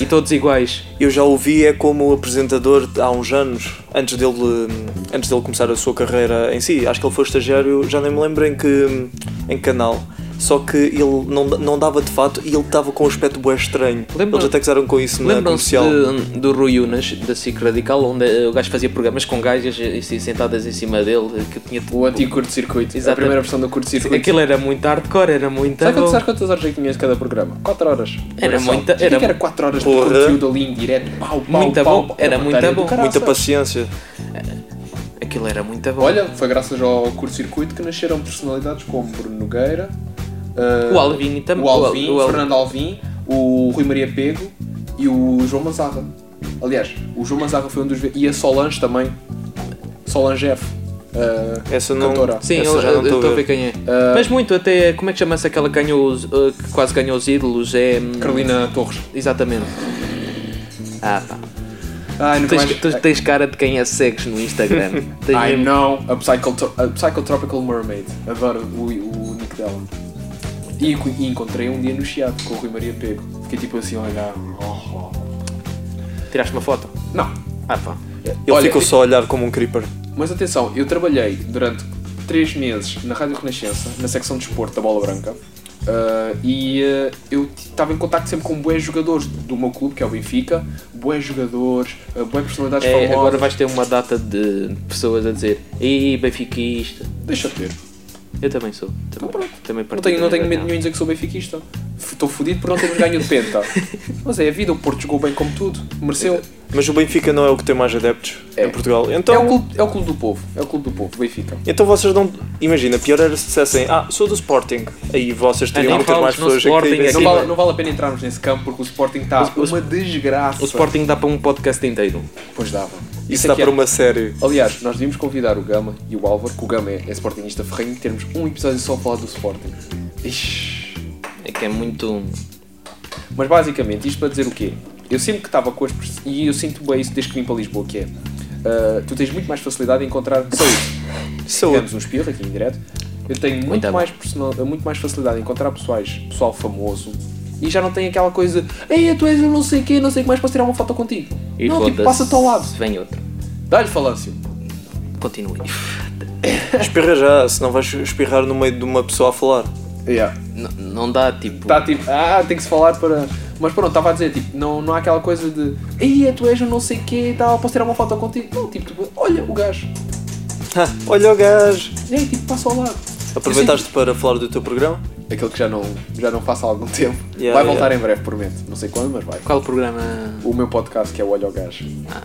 C: e todos iguais.
A: Eu já ouvi é como apresentador há uns anos, antes dele, hum, antes dele começar a sua carreira em si. Acho que ele foi estagiário, já nem me lembro em que, hum, em que canal. Só que ele não, não dava de fato e ele estava com um aspecto bué estranho.
C: Lembram-
A: Eles até gozaram com isso
B: é
A: na
C: Lembram-se
A: comercial.
C: de- do Rui Unas, da SIC Radical, onde eh, o gajo fazia programas com gajas assim, sentadas em cima dele, que tinha
B: O antigo curto-circuito. A
C: Exatamente.
B: primeira versão do curto-circuito.
C: Aquilo era muito hardcore, era muito
B: Sabe
C: bom.
B: quantas, sabe quantas horas é que tinha cada programa? 4 horas.
C: Era
B: só.
C: muita-
B: O que é
C: era-
B: que era 4 horas
A: Porra.
B: de conteúdo ali em direto. Pau, pau,
C: Muita
B: pau,
C: bom.
B: pau,
C: Era
B: matéria
C: muita
B: do
C: bom.
B: caraças.
A: Muita paciência.
C: Aquilo era muito bom.
B: Olha, foi graças ao curto-circuito que nasceram personalidades como Bruno Nogueira, ah,
C: O Alvin também.
B: o Alvin,
C: O Al- o Al-
B: Fernando Alvin, o Rui Maria Pego e o João Manzarra. Aliás, o João Manzarra foi um dos. ve- E a Solange também. Solange F. ah,
A: Essa não-
B: Cantora.
C: Sim,
A: Essa
C: eu
A: já não
C: eu-
A: tô
C: eu
A: a
C: estou a
A: ver.
C: ver quem é.
B: Ah.
C: Mas muito, até. Como é que chama-se aquela que, ganhou os- eh, que quase ganhou os ídolos? É. hum,
B: Carolina Torres.
C: Exatamente. Ah, pá.
B: Ai,
C: Tu
B: nunca
C: tens,
B: mais-
C: tu tens cara de quem a segues
B: [laughs]
C: no Instagram. Tens
B: I
C: mesmo-
B: know. A, psychotro a Psychotropical Mermaid. Adoro o, o nick dela. E, co- e encontrei um dia no Chiado com o Rui Maria Pego. Fiquei tipo assim, olha. oh, oh.
C: Tiraste uma foto?
B: Não.
C: Ah, pá.
A: Ele
B: Olha,
A: ficou só a olhar como um creeper.
B: Mas atenção, eu trabalhei durante 3 meses na Rádio Renascença, na secção de esporte da Bola Branca. ah, e ah, eu estava em contacto sempre com bué jogadores do meu clube, que é o Benfica, bué jogadores, uh, bué personalidades
C: É,
B: famosas.
C: agora vais ter uma data de pessoas a dizer Ih, benfiquista.
B: Deixa ter.
C: Eu também sou. Também, também
B: Então Não tenho, não tenho medo nenhum
C: nenhum.
B: em dizer que sou benfiquista. F- Estou fodido por não termos ganho de penta. Mas é a vida, o Porto jogou bem como tudo, mereceu.
A: Mas o Benfica não é o que tem mais adeptos
B: É.
A: em Portugal. Então,
B: É o, clube, é o clube do povo, é o clube do povo, o Benfica.
A: então vocês não. Imagina, pior era se dissessem, ah, sou do Sporting. Aí vocês teriam
C: nem
A: que ter
C: falas
A: mais
C: no
A: pessoas
C: Sporting,
A: que
C: é
B: Não
C: Sim,
B: vale,
C: mas-
B: não vale a pena entrarmos nesse campo porque o Sporting está
C: O- o-
B: uma desgraça.
C: O Sporting dá para um podcast inteiro.
B: Pois dava.
A: Isso
B: é
A: dá
B: que é.
A: para uma série.
B: Aliás, nós devíamos convidar o Gama e o Álvaro, que o Gama é, é Sportingista ferrenho, e termos um episódio só a falar do Sporting. Ixi.
C: É que é muito.
B: Mas basicamente, isto para dizer o quê? Eu sempre que estava com as. pers- E eu sinto bem isso desde que vim para Lisboa, que é. ah, tu tens muito mais facilidade em encontrar. Só isso.
A: Saúde.
B: Tivemos um espirro aqui em direto. Eu tenho muito,
C: Muito bom.
B: mais, personal, ah, muito mais facilidade em encontrar pessoais, pessoal famoso e já não tem aquela coisa Ei, tu és eu não sei o quê, não sei o que mais, posso tirar uma foto contigo. não, tipo,
C: foda-se,
B: passa-te ao lado.
C: Vem outro.
B: Dá-lhe falância.
C: Continue.
A: [laughs] Espirra já, senão vais espirrar no meio de uma pessoa a falar.
B: Yeah.
C: N- não dá tipo.
B: Tá, Está tipo, ah, tem que se falar para. Mas pronto, estava a dizer, tipo, não, não há aquela coisa de Ei, tu és um não sei quê e tal, posso tirar uma foto contigo? Não, tipo, tu- olha o gajo.
A: Ha, Olha o gajo!
B: E aí, tipo, passa ao lado.
A: Aproveitaste para falar do teu programa?
B: Aquele que já não, já não faço há algum tempo.
A: Yeah,
B: vai voltar
A: yeah.
B: em breve, prometo. Não sei quando, mas vai.
C: Qual o programa?
B: O meu podcast que é o Olho ao Gajo.
A: Ah.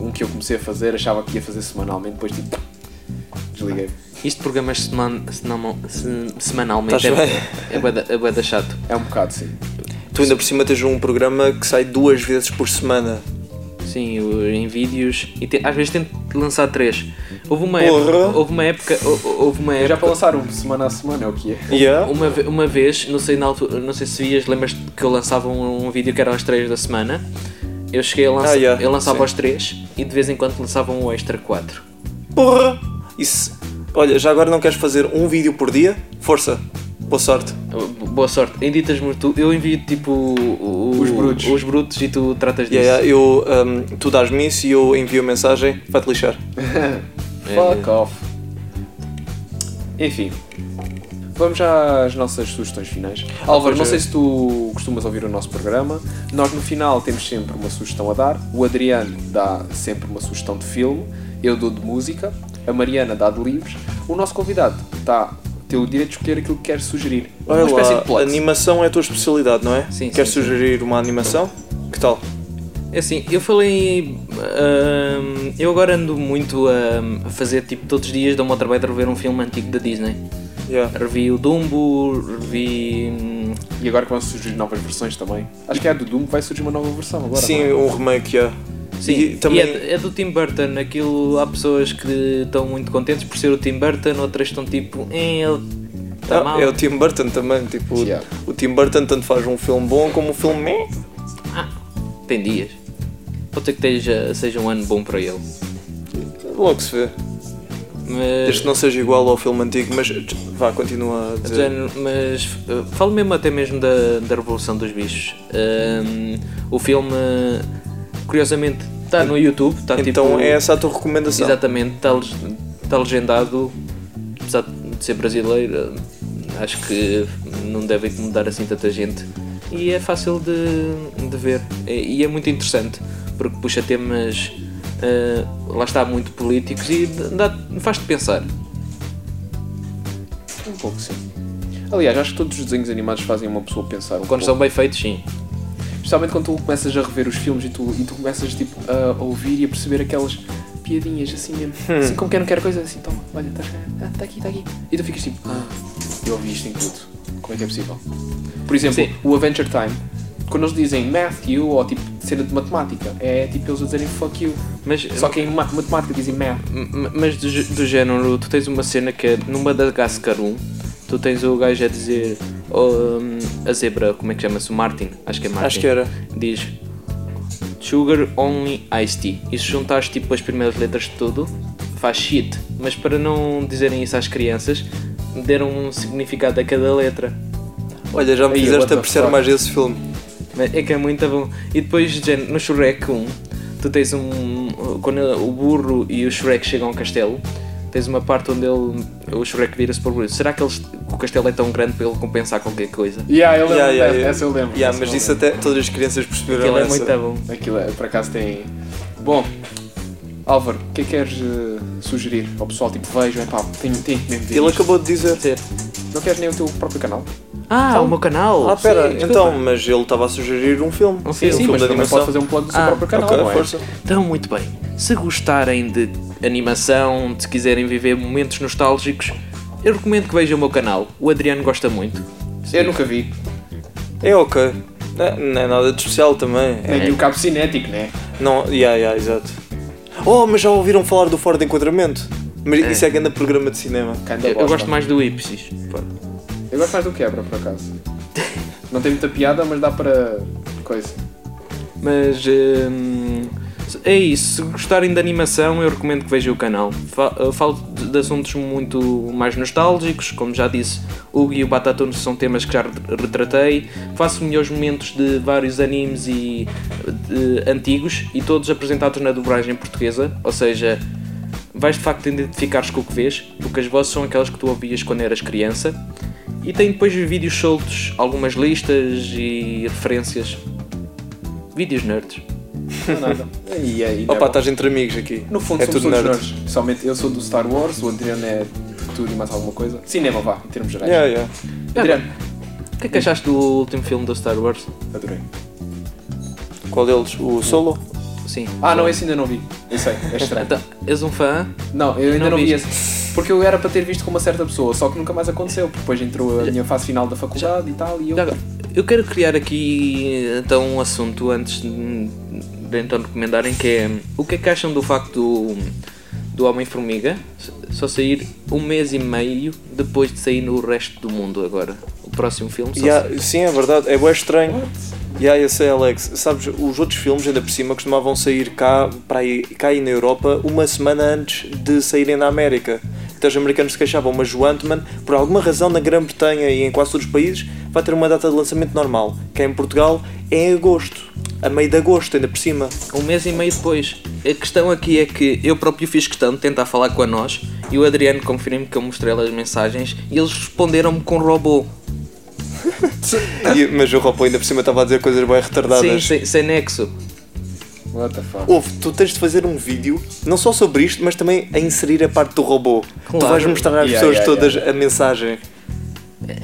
B: Um que eu comecei a fazer, achava que ia fazer semanalmente, depois tipo. Desliguei.
C: Isto programas é seman, senamo- se- semanalmente
A: Estás
C: é,
A: bem?
C: é, bué da- é bué da chato.
B: É um bocado, sim.
A: Tu ainda por cima tens um programa que sai duas vezes por semana.
C: Sim, o- em vídeos e te- às vezes tento lançar três. Houve uma
A: Porra.
C: época, houve uma época, hou- houve uma
B: É já para
C: época,
B: lançar um semana a semana, é o que é.
A: Yeah?
C: uma, ve- uma vez, não sei na altura, não sei se vias, lembras que eu lançava um, um vídeo que era às três da semana. Eu cheguei a lançar,
A: Ah, yeah,
C: eu lançava
A: sim.
C: aos três e de vez em quando lançava um extra quatro.
A: Porra! Isso. Olha, já agora não queres fazer um vídeo por dia? Força! Boa sorte!
C: Boa sorte. Editas-me tu, eu envio tipo o- o-
B: Os brutos.
C: os brutos e tu tratas disso.
A: Yeah, yeah, eu, um, tu dás-me isso e eu envio a mensagem, vai-te lixar.
B: Fuck
A: É.
B: off. Enfim. Vamos já às nossas sugestões finais. Álvaro, não sei se tu costumas ouvir o nosso programa. Nós no final temos sempre uma sugestão a dar. O Adriano dá sempre uma sugestão de filme. Eu dou de música. A Mariana dá de livros. O nosso convidado está tem o direito de escolher aquilo que quer sugerir.
A: Olha
B: uma espécie de
A: lá,
B: plot.
A: animação é a tua especialidade, não é?
C: Sim,
A: Queres
C: sim, sim.
A: sugerir uma animação? Que tal?
C: É assim, eu falei. ahm, eu agora ando muito a, a fazer, tipo, todos os dias dou-me ao trabalho de rever um filme antigo da Disney.
A: Yeah.
C: Revi o Dumbo, revi. hum,
B: E agora que vão surgir novas versões também. Acho que é a do Doom que vai surgir uma nova versão agora. não
A: Sim,
B: é?
A: um remake, yeah.
C: Sim,
A: E
C: e
A: também-
C: é, é do Tim Burton. Aquilo há pessoas que estão muito contentes por ser o Tim Burton, outras estão tipo. Eh, ele está
A: Ah,
C: mal.
A: é o Tim Burton também, tipo,
B: Yeah.
A: o Tim Burton tanto faz um filme bom como um filme meh.
C: Ah, tem dias. Pode ser que esteja, seja um ano bom para ele.
A: Logo se vê.
C: Mas.
A: Este não seja igual ao filme antigo, mas tch, vá, continua a
C: De
A: dizer.
C: género, mas uh, falo mesmo até mesmo da, da Revolução dos Bichos. Um, o filme, curiosamente, está no YouTube, está
A: Então
C: tipo.
A: é essa a tua recomendação.
C: Exatamente, está leg- está legendado, apesar de ser brasileiro, uh, acho que não deve incomodar assim tanta gente. E é fácil de, de ver. E e é muito interessante, porque puxa temas. uh, lá está muito políticos e dá- faz-te pensar.
B: Um pouco sim. Aliás, acho que todos os desenhos animados fazem uma pessoa pensar um
C: Quando
B: pouco.
C: são bem feitos, sim.
B: Especialmente quando tu começas a rever os filmes e tu, e tu começas tipo, a ouvir e a perceber aquelas piadinhas assim mesmo. Assim como quer não quer coisa, assim, toma, olha, estás cá, ah, está aqui, está aqui. E tu ficas tipo, ah, eu ouvi isto em tudo. Como é que é possível? Por exemplo,
C: Sim.
B: o Adventure Time, quando eles dizem math you ou tipo cena de matemática, é tipo eles a dizerem fuck you.
C: Mas,
B: Só que em ma- matemática dizem math.
C: M- Mas do, gê- do género, tu tens uma cena que é no Madagascar 1, tu tens o gajo a dizer oh, hum, a zebra, como é que chama-se? O Martin, acho que é Martin.
A: Acho que era.
C: Diz Sugar Only Iced Tea. E se juntares tipo as primeiras letras de tudo, faz shit. Mas para não dizerem isso às crianças, deram um significado a cada letra.
A: Olha, já me
B: Aí, what
A: fizeste
B: the
A: apreciar
B: fuck.
A: mais esse filme.
C: Mas É que é muito bom. E depois, de género, no Shrek 1, tu tens um. Quando o burro e o Shrek chegam ao castelo, tens uma parte onde ele, o Shrek vira-se para o burro. Será que eles- o castelo é tão grande para ele compensar qualquer coisa?
B: Yeah, eu lembro
A: Yeah, yeah,
B: dessa,
A: yeah.
B: essa eu lembro.
A: Yeah,
B: essa
A: mas
B: eu
A: isso até todas as crianças perceberam
C: é Aquilo é
A: essa.
C: muito bom.
B: Aquilo é, por acaso tem. Bom, Álvaro, o que é que queres eh, sugerir ao pessoal? Tipo, vejam, é pá, tenho, tenho que mesmo ver
A: Ele
B: isto.
A: acabou de dizer.
B: Não queres nem o teu próprio canal?
C: Ah, o meu canal!
A: Ah, pera,
C: Sim, desculpa.
A: então, mas ele estava a sugerir um filme.
C: Não sei,
A: um
C: sim,
A: filme
B: mas
A: de
B: também
A: animação.
B: pode fazer um plug do seu
C: Ah,
B: próprio canal,
A: ok,
B: não é?
A: força.
C: Então, muito bem. Se gostarem de animação, se quiserem viver momentos nostálgicos, eu recomendo que vejam o meu canal. O Adriano gosta muito.
B: Eu nunca vi.
A: É ok. É, Não é nada de especial também. É-
B: Nem vi o cabo cinético, né?
A: Não, yeah, yeah, exato. Oh, mas já ouviram falar do Fora de Enquadramento? Mas isso é grande programa de cinema.
B: Canda
C: Eu, eu
B: bosta.
C: gosto mais do Ipsis.
B: Eu gosto mais do quebra,
A: [laughs]
B: por acaso. não tem muita piada, mas dá para. coisa.
C: Mas hum, é isso. Se gostarem de animação, eu recomendo que vejam o canal. Fa- eu Falo de, de assuntos muito mais nostálgicos, como já disse, o Hugo e o Batatune são temas que já re- retratei. Faço melhores momentos de vários animes e de- antigos e todos apresentados na dublagem portuguesa, ou seja, vais de facto identificares com o que vês, porque as vozes são aquelas que tu ouvias quando eras criança E tem depois vídeos soltos, algumas listas e referências. Vídeos nerds.
A: [laughs]
B: Não, nada. E, e, e
A: Opa, estás entre amigos aqui.
B: É No fundo,
A: é
B: somos
A: tudo
B: todos
A: nerd.
B: nerd. Principalmente eu sou do Star Wars, o Adriano é de tudo e mais alguma coisa. Cinema, vá, em termos gerais.
A: Yeah, yeah.
B: Adriano,
C: O que é que achaste do último filme do Star Wars?
B: adorei.
A: Qual deles? O Solo?
C: Sim.
B: Ah, não, esse ainda não vi. Eu sei, é estranho.
C: Então, és um fã?
B: Não, eu ainda
C: Não
B: não, vi
C: viste.
B: esse. Porque eu era para ter visto com uma certa pessoa, só que nunca mais aconteceu. porque Depois entrou a minha fase final da faculdade e tal, e eu.
C: Já agora, Eu quero criar aqui então um assunto antes de de então recomendarem que é o que é que acham do facto do, do Homem-Formiga só sair um mês e meio depois de sair no resto do mundo agora. O próximo filme só
A: Yeah, sim, é verdade. É bué estranho. Yeah, eu sei, Alex. Sabes, os outros filmes, ainda por cima, costumavam sair cá, para aí, cá aí na Europa uma semana antes de saírem na América. Então os americanos se queixavam, mas o Ant-Man, por alguma razão, na Grã-Bretanha e em quase todos os países, vai ter uma data de lançamento normal. Cá em Portugal é em agosto. A meio de agosto, ainda por cima.
C: Um mês e meio depois. A questão aqui é que eu próprio fiz questão de tentar falar com a nós e o Adriano confirma-me que eu mostrei-lhe as mensagens e eles responderam-me com robô.
A: E- mas o Ropo ainda por cima estava a dizer coisas bem
C: Sim,
A: retardadas.
C: sem, sem nexo.
B: What the fuck?
A: Ouve, tu tens de fazer um vídeo, não só sobre isto, mas também a inserir a parte do robô. Tu
C: Claro.
A: vais mostrar às
B: Yeah,
A: pessoas
B: yeah,
A: todas
B: yeah.
A: a mensagem.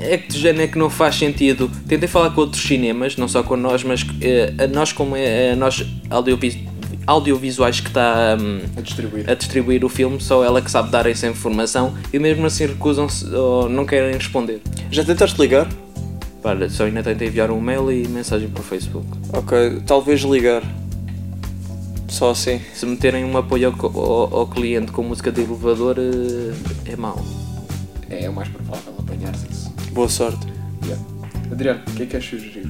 C: É que de género é que não faz sentido. Tentei falar com outros cinemas, não só com nós, mas eh, a nós como é, a nós audiovi- audiovisuais que está hum,
B: A distribuir.
C: a distribuir o filme, só ela que sabe dar essa informação e mesmo assim recusam-se ou não querem responder.
A: Já tentaste ligar?
C: Para, só ainda tentei enviar um mail e mensagem para o Facebook.
A: Ok, talvez ligar. Só assim.
C: Se meterem um apoio ao, co- ao- ao cliente com música de elevador eh, é mau.
B: É, é o mais provável apanhares isso.
A: Boa sorte.
B: Yeah. Adriano, o que é que queres sugerir?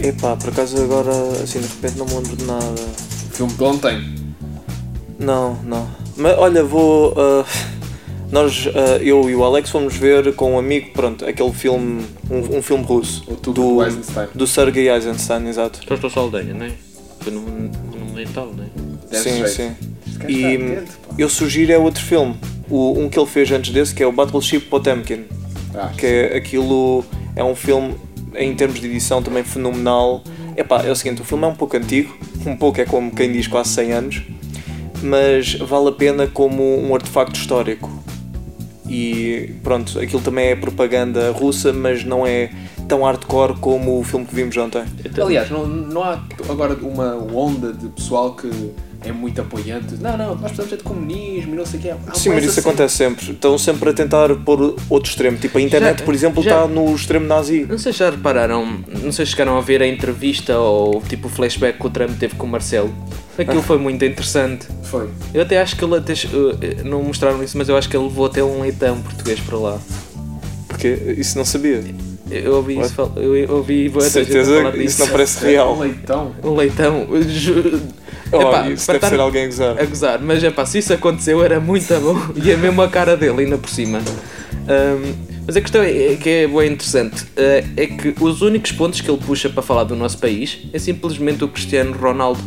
A: Epá, por acaso agora, assim, de repente não me lembro de nada.
B: Filme de ontem.
A: Não, não. Mas olha, vou. ah, nós, ah, eu e o Alex, fomos ver com um amigo, pronto, aquele filme, um, um filme russo.
B: O tubo do
A: do,
B: Eisenstein.
A: do Sergei Eisenstein, exato.
C: Só estou soldenha, não é? Foi num, num dental, não é?
B: Desse
A: sim,
B: jeito.
A: sim.
B: Este gajo
A: E
B: está atento, pá.
A: eu sugiro é outro filme. O, um que ele fez antes desse, que é o Battleship Potemkin.
B: Ah,
A: que é aquilo é um filme em termos de edição também fenomenal. Epá, é o seguinte, o filme é um pouco antigo, um pouco é como quem diz quase 100 anos, mas vale a pena como um artefacto histórico. E pronto, aquilo também é propaganda russa, mas não é tão hardcore como o filme que vimos ontem.
B: Aliás, não, não há agora uma onda de pessoal que é muito apoiante. Não, não, nós precisamos é de comunismo e não sei o que. Há
A: Sim,
B: mais
A: mas isso
B: assim.
A: acontece sempre. Estão sempre a tentar pôr outro extremo. Tipo, a internet,
C: Já-
A: por exemplo,
C: já-
A: está no extremo nazi.
C: Não sei se já repararam, não sei se chegaram a ver a entrevista ou tipo o flashback que o Trump teve com o Marcelo.
A: Ah.
C: Aquilo foi muito interessante.
B: Foi.
C: Eu até acho que ele até. eh, eh, Não mostraram isso, mas eu acho que ele levou até um leitão português para lá.
A: Porque isso não sabia.
C: Eu ouvi isso. fal- Eu eu ouvi.
A: Com
C: boa gente a
A: certeza
C: falar
A: que isso
C: disso. É,
A: não parece real.
B: Um leitão.
C: [laughs] Um leitão. eu ju-
A: Oh,
C: Epá,
A: isso
C: para
A: deve ser
C: estar
A: alguém a gozar.
C: a gozar, mas é pá, se isso aconteceu era muito bom e é a mesma cara dele ainda por cima. Ahm, mas a questão é, é que é bem interessante, eh, é que os únicos pontos que ele puxa para falar do nosso país é simplesmente o Cristiano Ronaldo.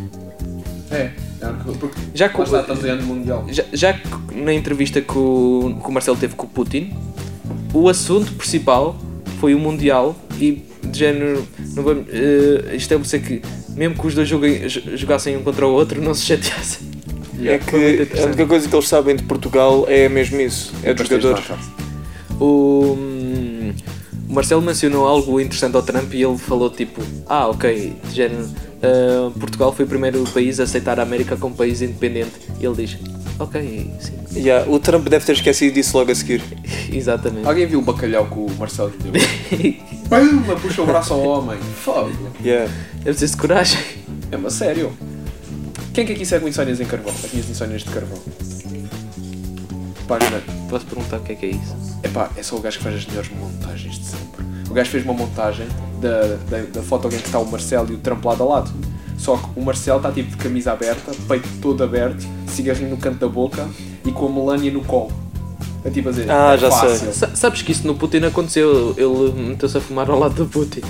B: É. é, Porque
C: Já que o-
B: lá está, estamos ganhando mundial.
C: Já, já que na entrevista que o, que o Marcelo teve com o Putin, o assunto principal foi o Mundial e de género, não vamos, eh, isto é por ser que mesmo que os dois joguem- jo- jogassem um contra o outro, não se chateassem.
A: É que a única coisa que eles sabem de Portugal é mesmo isso, é dos jogadores.
C: O, hum, o Marcelo mencionou algo interessante ao Trump e ele falou tipo, ah ok, de género, ah, Portugal foi o primeiro país a aceitar a América como país independente. E ele diz, ok, sim, [laughs]
A: Yeah, o Trump deve ter esquecido disso logo a seguir.
C: exatamente.
B: Alguém viu o bacalhau que o Marcelo lhe deu?
C: [laughs]
B: Pumba, puxa o braço ao homem. Fogo.
A: Yeah.
C: É preciso de coragem. [laughs]
B: É, mas sério. Quem é que aqui segue o Insónias em Carvão? As minhas insónias de carvão. Página.
C: Posso perguntar o que é que é isso?
B: Epá, é só o gajo que faz as melhores montagens de sempre. O gajo fez uma montagem da, da, da foto em que está o Marcelo e o Trump lado a lado. Só que o Marcelo está tipo de camisa aberta, peito todo aberto, cigarrinho no canto da boca e com a Melania no colo. É tipo a dizer,
A: Ah,
B: é
A: já
B: fácil.
C: Sa- sabes que isso no Putin aconteceu, ele meteu-se a fumar ao lado do Putin.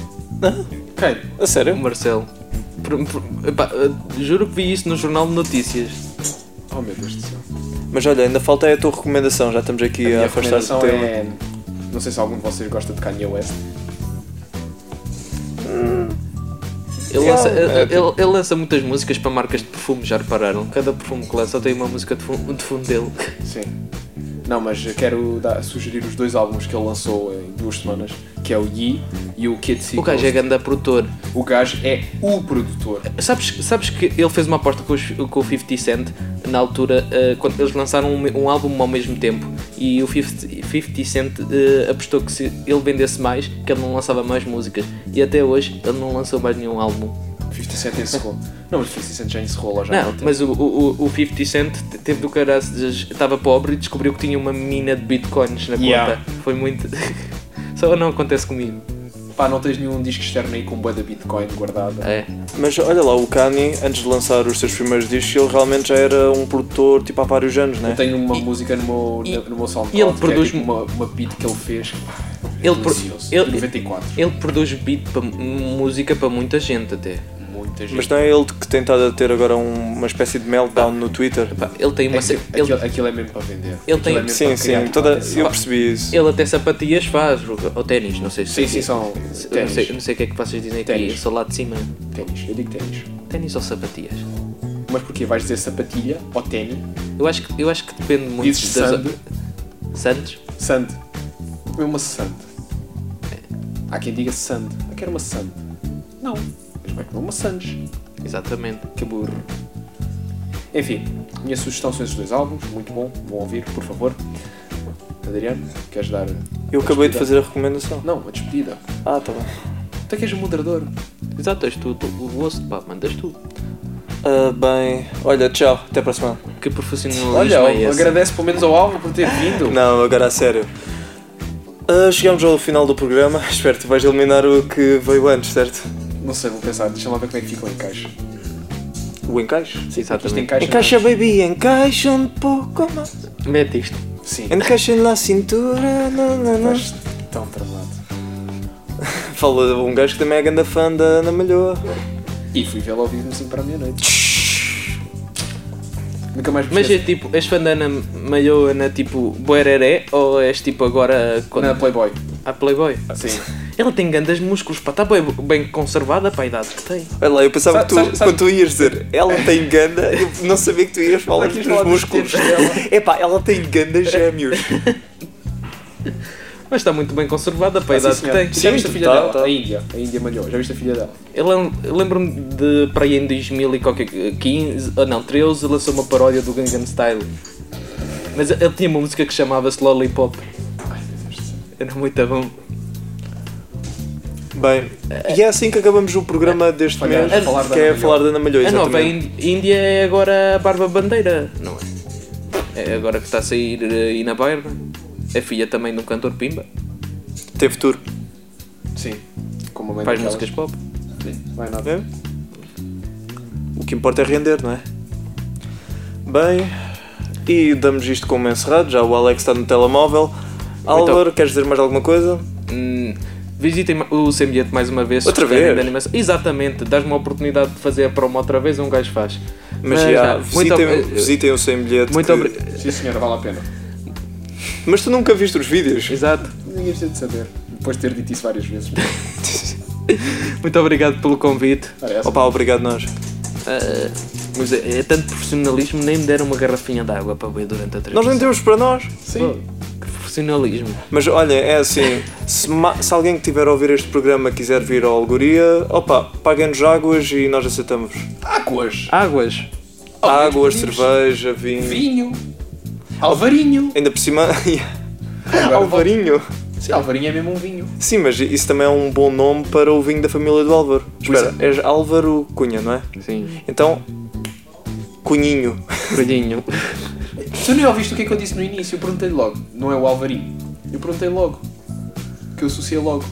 B: Quem?
A: A
C: O
A: sério?
C: Marcelo. Por- por- epá, ah, juro que vi isso no Jornal de Notícias.
B: Oh meu Deus do céu.
A: Mas olha, ainda falta é a tua recomendação, já estamos aqui a,
B: minha
A: afastar do
B: recomendação
A: tema.
B: é Não sei se algum de vocês gosta de Kanye West.
C: Ele lança,
A: Sim. É, tipo-
C: ele, ele- ele lança muitas músicas para marcas de perfume, já repararam? Cada perfume que lança tem uma música de fundo, de fundo dele.
A: Tipo
B: Sim. Não, mas quero dar- sugerir os dois álbuns que ele lançou em duas semanas, que é o Yee e o Kid Cee
C: O gajo é
B: Ghost.
C: grande produtor.
B: O gajo é o produtor.
C: Sabes, sabes que ele fez uma aposta com, os- com o 50 Cent na altura, eh, quando eles lançaram um, um álbum ao mesmo tempo e o 50, 50 Cent eh, apostou que se ele vendesse mais, que ele não lançava mais músicas. E até hoje ele não lançou mais nenhum álbum.
B: 50 Cent encerrou. Não, mas 50 Cent já encerrou a loja. há
C: Não,
B: muito tempo.
C: mas o, o, o 50 Cent te- teve do caraças, estava pobre e descobriu que tinha uma mina de bitcoins na
B: Yeah.
C: conta. Foi muito. [laughs] Só não acontece comigo.
B: Pá, não tens nenhum disco externo aí com bué da Bitcoin guardada.
C: É.
A: Mas olha lá, o Kanye, antes de lançar os seus primeiros discos, ele realmente já era um produtor tipo há vários anos, né?
B: Eu tenho uma música no meu,
C: e-
B: no meu SoundCloud
C: e ele
B: que é
C: produz
B: tipo uma, uma beat que ele fez.
C: Ele pro-
B: delicioso,
C: ele-
B: de 94.
C: Ele produz beat para música para muita gente até.
B: Muita gente.
A: Mas não é ele que tem estado a ter agora um- uma espécie de meltdown no Twitter?
C: Pá, Ele tem uma.
B: Aqui-
C: se-
B: aquilo,
C: Ele,
B: aquilo é mesmo para vender.
C: Ele
B: Aquilo
C: tem-
B: é mesmo
A: Sim,
B: para criar
A: sim, toda,
B: atenção.
A: eu percebi isso.
C: ele até sapatias faz, ou ténis, não sei se.
B: Sim, sim, são
C: Eu não, sei,
B: ténis.
C: eu não sei o que é que vocês dizem aqui,
B: Ténis.
C: eu sou lá de cima.
B: Ténis, eu digo ténis.
C: Ténis ou sapatias?
B: Mas porquê? Vais dizer sapatilha ou ténis?
C: Eu acho, que- eu acho que depende muito
B: Dizes sand.
C: Sandes?
B: Sand. É uma sand. Há quem diga sand. Eu quero uma sand. Não. Mas vai comer uma sandes.
C: Exatamente.
B: Que burro. Enfim, minha sugestão são esses dois álbuns. Muito bom. Vão ouvir, por favor. Adriano, queres dar...
A: Eu
B: a
A: acabei de
B: despedida?
A: fazer a recomendação.
B: Não, a despedida.
A: Ah, tá bem.
B: Tu é que és o moderador.
C: Exato, és tu, tu o osso, pá, mandas tu.
A: Ah, bem, olha, tchau, até para a semana.
C: Que profissionalismo
B: Olha,
C: é
B: eu
C: esse?
B: agradeço pelo menos ao álbum por ter vindo.
A: Não, agora a sério. Ah, chegamos ao final do programa. [laughs] Espero que tu vais eliminar o que veio antes, certo?
B: Não sei, vou pensar. Deixa lá ver como é que fica o encaixe.
A: O encaixe?
B: Sim,
C: Exatamente.
B: Isto encaixa...
A: Encaixa, baby, encaixa um pouco mais.
C: Mete isto.
B: Sim.
A: Encaixa na cintura. Na, na, na.
B: Estás tão tramado.
A: Fala um gajo que também é grande fã da Ana Malhoa.
B: E fui vê-lo ao vivo no 5 para a meia-noite. Nunca mais me
C: Mas é
B: esqueço.
C: tipo, és fã da Ana Malhoa na tipo Boereré ou és tipo agora
B: Na
C: quando...
B: Playboy.
C: a Playboy?
B: Sim.
C: Ela tem grandes músculos, pá, está bem, bem conservada para a idade que tem.
A: Olha lá, eu pensava que
B: Sabe-
A: tu,
B: sabe- sabe-
A: quando tu ias dizer ela tem ganda, eu não sabia que tu ias falar
B: Não quis
A: dos
B: falar
A: teus
B: dos
A: músculos.
B: tempos dela.
A: [laughs] Epá, ela tem ganda
B: [laughs]
A: gêmeos.
C: Mas está muito bem conservada para
B: Ah,
C: a idade que tem.
B: Já viste a
A: Sim,
B: filha
A: tá,
B: dela?
A: tá.
B: A Índia. A Índia malhou. Já viste a filha dela?
C: Eu lem- eu lembro-me de para aí em 2015, ou ah, não, 13, lançou uma paródia do Gangnam Style. Mas ele tinha uma música que chamava-se Lollipop.
B: Ai, meu Deus do céu.
C: Era muito bom.
A: Bem, e é assim que acabamos o programa deste
B: Olha,
A: mês,
B: a falar da
A: que é
B: Ana Malhoa.
A: falar da Ana Malhoa,
C: A nova
A: exatamente.
C: Ín- Índia é agora a Barba Bandeira, não é? É agora que está a sair eh, aí na Bairro. É filha também de um cantor Pimba.
A: É Tem futuro.
B: Sim. Como a mãe
C: Faz
B: daquelas.
C: músicas pop.
B: Sim, Vai nada.
A: É? O que importa é render, não é? Bem, e damos isto como encerrado, já o Alex está no telemóvel. Álvaro, queres dizer mais alguma coisa?
C: Hum, visitem ma- o Sem Bilhete mais uma vez. se
A: Outra
C: gostarem
A: vez?
C: de animação. Exatamente. Dás-me uma oportunidade de fazer a promo outra vez, um gajo faz.
A: Mas,
C: tá,
A: já,
C: muito
A: visitem,
C: ob-
A: visitem o sem bilhete.
C: Muito
A: que-
C: obrigado.
B: Sim, senhora, vale a pena.
A: Mas tu nunca viste os vídeos?
C: Exato.
B: Ninguém precisa de saber. Depois de ter dito isso várias vezes.
C: Muito obrigado pelo convite.
A: [laughs]
B: Parece.
A: Opa, obrigado nós.
C: Ah, mas é, é tanto profissionalismo, nem me deram uma garrafinha de água para beber durante a
A: Nós
C: transmissão.
A: nem temos para nós.
B: Sim.
C: Que profissionalismo.
A: Mas olha, é assim, se, ma- se alguém que tiver a ouvir este programa quiser vir ao Algoria, opa, paguem-nos águas e nós aceitamos.
B: Águas.
C: Águas. Oh,
A: Águas,
B: menos pedimos.
A: cerveja, vinho.
B: Vinho. Alvarinho.
A: Ainda por cima. [laughs]
B: Agora,
A: Alvarinho.
B: Sim, Alvarinho é mesmo um vinho.
A: Sim, mas isso também é um bom nome para o vinho da família do Álvaro. Espera,
B: isso
A: és Álvaro Cunha, não é?
C: Sim. [laughs]
A: Então, Cunhinho.
C: Coelhinho.
B: Tu nem ouviste o que é que eu disse no início? Eu perguntei logo. Não é o Alvarinho. Eu perguntei logo. Que eu associei logo.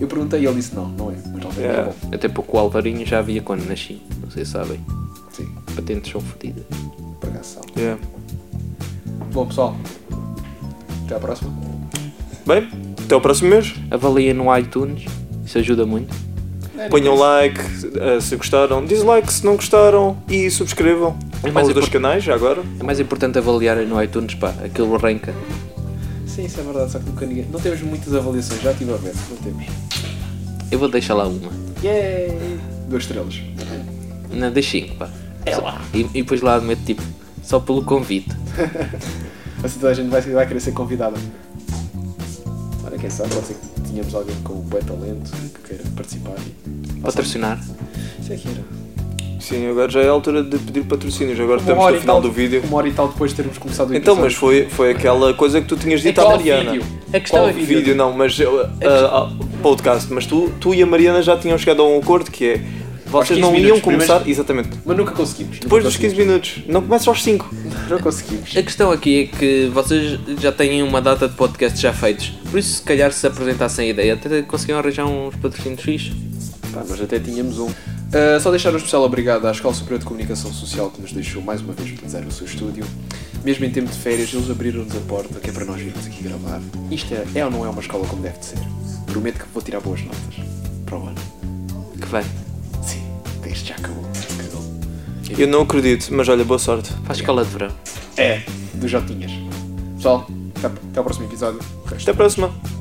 B: Eu perguntei e ele disse não, não é. Mas Alvarinho é
A: Yeah.
B: bom.
C: Até porque o Alvarinho já havia quando nasci. Não sei se sabem.
B: Sim,
C: Patentes são fodidas.
B: por acaso sabe.
A: Yeah.
B: Bom, pessoal. Até à próxima.
A: Bem, até ao próximo mês.
C: Avaliem no iTunes. Isso ajuda muito.
A: Ponham like eh, se gostaram, dislike se não gostaram e subscrevam
C: E mais
A: aos dois
C: import-
A: canais já agora.
C: É mais importante avaliarem no iTunes, pá. Aquilo arranca.
B: Sim, isso é verdade, só que nunca ninguém. Não temos muitas avaliações, já estive a ver, não temos.
C: Eu vou deixar lá uma.
B: Yay! Duas estrelas.
C: Não, das 5, pá. E, e depois É lá meto tipo, só pelo convite.
B: Assim toda a gente vai, vai querer ser convidada. Olha, quem sabe, pode ser que tínhamos alguém com um bom talento que queira participar. e-
C: Patrocinar.
B: Isso é que era.
A: Sim, agora já é a altura de pedir patrocínios. Agora
B: Uma
A: estamos
B: hora
A: no
B: e
A: final
B: tal-
A: do vídeo.
B: Uma hora e tal depois de termos começado o
A: Então, mas
B: episódio.
A: foi, foi aquela coisa que tu tinhas
B: É
A: dito à
C: Qual
A: Mariana.
C: vídeo? A questão
A: Qual
C: é
A: vídeo? Não, mas uh, uh, uh, podcast. Mas tu, tu e a Mariana já tinham chegado a um acordo que é. Vocês
B: 15
A: não iam
B: minutos,
A: começar.
B: primeiros-
A: Exatamente.
B: Mas nunca conseguimos.
A: Depois dos
B: nunca
A: 15 minutos. Não começa aos 5.
B: conseguimos. Não conseguimos.
C: A questão aqui é que vocês já têm uma data de podcasts já feitos. Por isso, se calhar, se apresentassem a ideia, até conseguiam arranjar uns patrocínios fixos.
B: Pá, nós até tínhamos um. Ah, só deixar um especial obrigado à Escola Superior de Comunicação Social que nos deixou mais uma vez utilizar o seu estúdio. Mesmo em tempo de férias, eles abriram-nos a porta que é para nós virmos aqui gravar. Isto é, é ou não é uma escola como deve de ser? Prometo que vou tirar boas notas. Para o ano.
C: Que vai.
B: Sim, este já acabou. Cagou.
A: Eu não acredito, mas olha, boa sorte.
C: Faz escola de verão.
B: É, do Jotinhas. Pessoal, até até ao próximo episódio.
A: Até a próxima.